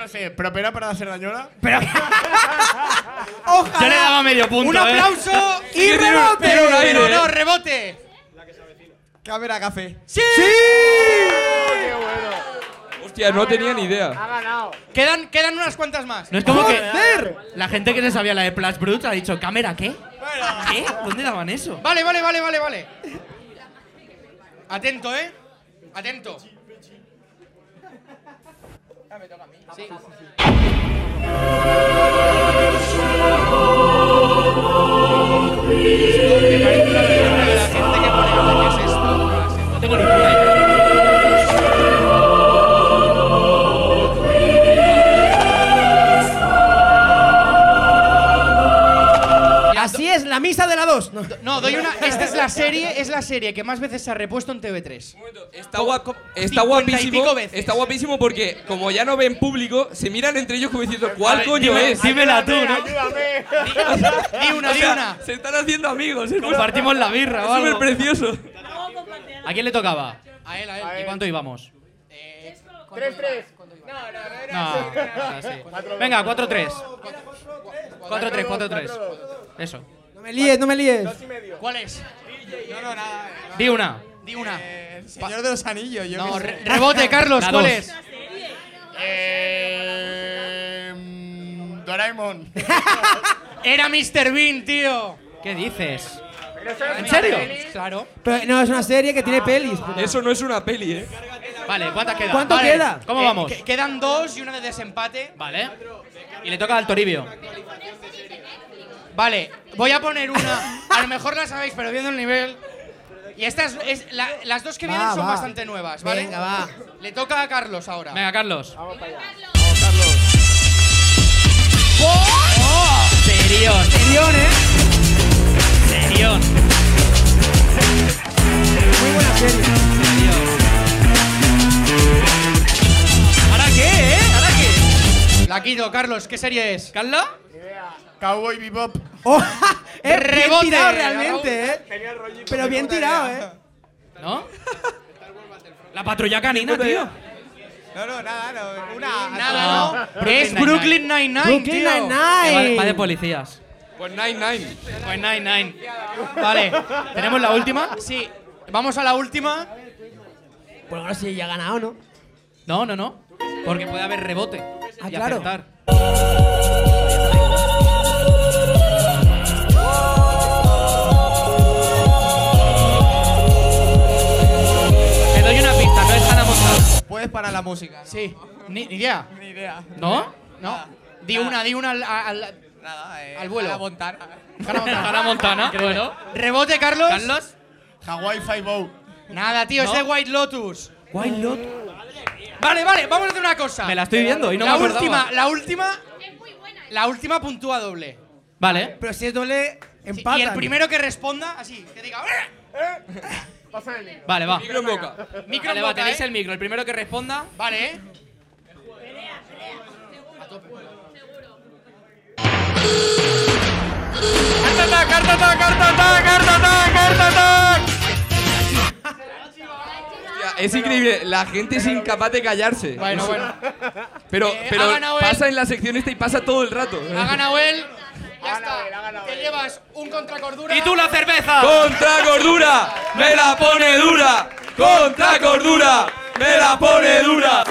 no sé, pero pera para la serrañola.
Ojalá.
Yo le daba medio punto.
¡Un
¿eh?
aplauso!
Y
[LAUGHS]
rebote.
Tiene un aire,
¡No,
¿eh?
no, rebote!
Cámara café.
Hostia, no tenía ni idea.
Ha ganado.
Quedan, quedan unas cuantas más.
No es como que.
¡Joder!
La gente que se sabía la de Plash Brutes ha dicho, ¿cámara qué? ¿Qué? ¿Dónde daban eso?
Vale, vale, vale, vale, vale. Atento, ¿eh? Atento.
No tengo ni puta idea. ¿eh?
Así es, la misa de la 2.
No, doy una. Esta es la serie, es la serie que más veces se ha repuesto en TV3.
Está, guap-
cincuenta
está
y
guapísimo.
pico veces.
Está guapísimo porque, como ya no ven público, se miran entre ellos como diciendo, ¿cuál coño
dime-
es?
Dímela tú, ¿no?
Ayúdame.
Di una,
O
di
sea,
una.
Se están haciendo amigos. Es
Compartimos la birra o
súper
algo.
precioso.
¿A quién le tocaba?
A él, a él.
¿Y cuánto íbamos?
3-3.
No, no, sí. Venga, 4-3. 4-3, 4-3.
4-2.
Eso.
No me líes, no me líes.
¿Cuál es?
Di una.
Di una.
Eh, Señor de los anillos, yo
No,
qué
re-
sé.
rebote, Carlos,
La
¿cuál
dos.
es?
Eh, mm, Doraemon.
[LAUGHS] Era Mr. Bean, tío.
¿Qué dices?
¿En
serio?
Claro.
Pero no, es una serie que tiene pelis.
Eso no es una peli, ¿eh?
Vale, ¿cuántas quedan?
¿Cuánto
Vale,
queda?
Eh,
¿Cómo vamos?
Que- Quedan dos y una de desempate.
Vale. Y le toca al Toribio.
Vale, voy a poner una. A lo mejor la sabéis, pero viendo el nivel. Y estas, es- la- las dos que
Va,
vienen son
va.
bastante nuevas, ¿vale?
Venga, va.
Le toca a Carlos ahora.
Venga, Carlos.
¡Oh!
¡Oh! Serión,
Serión, eh.
serión.
Muy buena serie.
¿Ahora qué, eh? ¿Ahora qué?
La quito, Carlos, ¿qué serie es?
¿Carlos?
Cowboy Bebop.
[LAUGHS] Oh, eh, bien
Rebote.
tirado realmente, eh. Pero bien tirado, eh.
¿No? La patrulla canina, tío.
No, no, nada, no. Una.
Nada,
no. Ah,
¿no? Es Brooklyn Nine-Nine,
Brooklyn
tío.
Que Va, va de
Nine-Nine.
policías.
Pues Nine Nine.
Pues Nine Nine. Vale, ¿tenemos la última? Sí. Vamos a la última.
Pues ahora sí ya ha ganado, ¿no?
No, no, no. Porque puede haber rebote.
Ah,
y
claro.
acertar. Te doy una pista, no es Hannah Montana.
Puedes parar la música.
Sí. Ni ni idea.
Ni idea.
¿No? No. Di una, di una al, al-
Nada, eh.
al vuelo.
Hannah Montana.
Hannah Montana.
[LAUGHS] Hannah Montana.
Bueno. Rebote, Carlos.
Carlos.
Hawaii Five-O.
Nada, tío,
No.
es de White Lotus.
White Lotus.
Vale, vale, vamos a hacer una cosa.
Me la estoy viendo y no
la
me acordaba.
última, la última. La última puntúa doble.
Vale.
Pero si es doble,
Sí,
empatan.
Y el primero que responda, así, que diga. "Eh".
Vale, va.
Micro en boca.
Micro
Vale,
en
va,
boca,
tenéis
¿eh?
el micro. El primero que responda.
Vale, eh.
Carta ataque, carta ataque, carta ataque, carta ataque, carta ataque. Hostia, Es increíble, la gente es incapaz de callarse.
Bueno, bueno.
Pero,
Eh,
pero
ha ganado
pasa en la sección esta y pasa todo el rato.
Ha ganado él. Ya está. Te llevas un contra cordura.
¡Y tú la cerveza!
¡Contra cordura! ¡Me la pone dura! ¡Contra cordura! ¡Me la pone dura!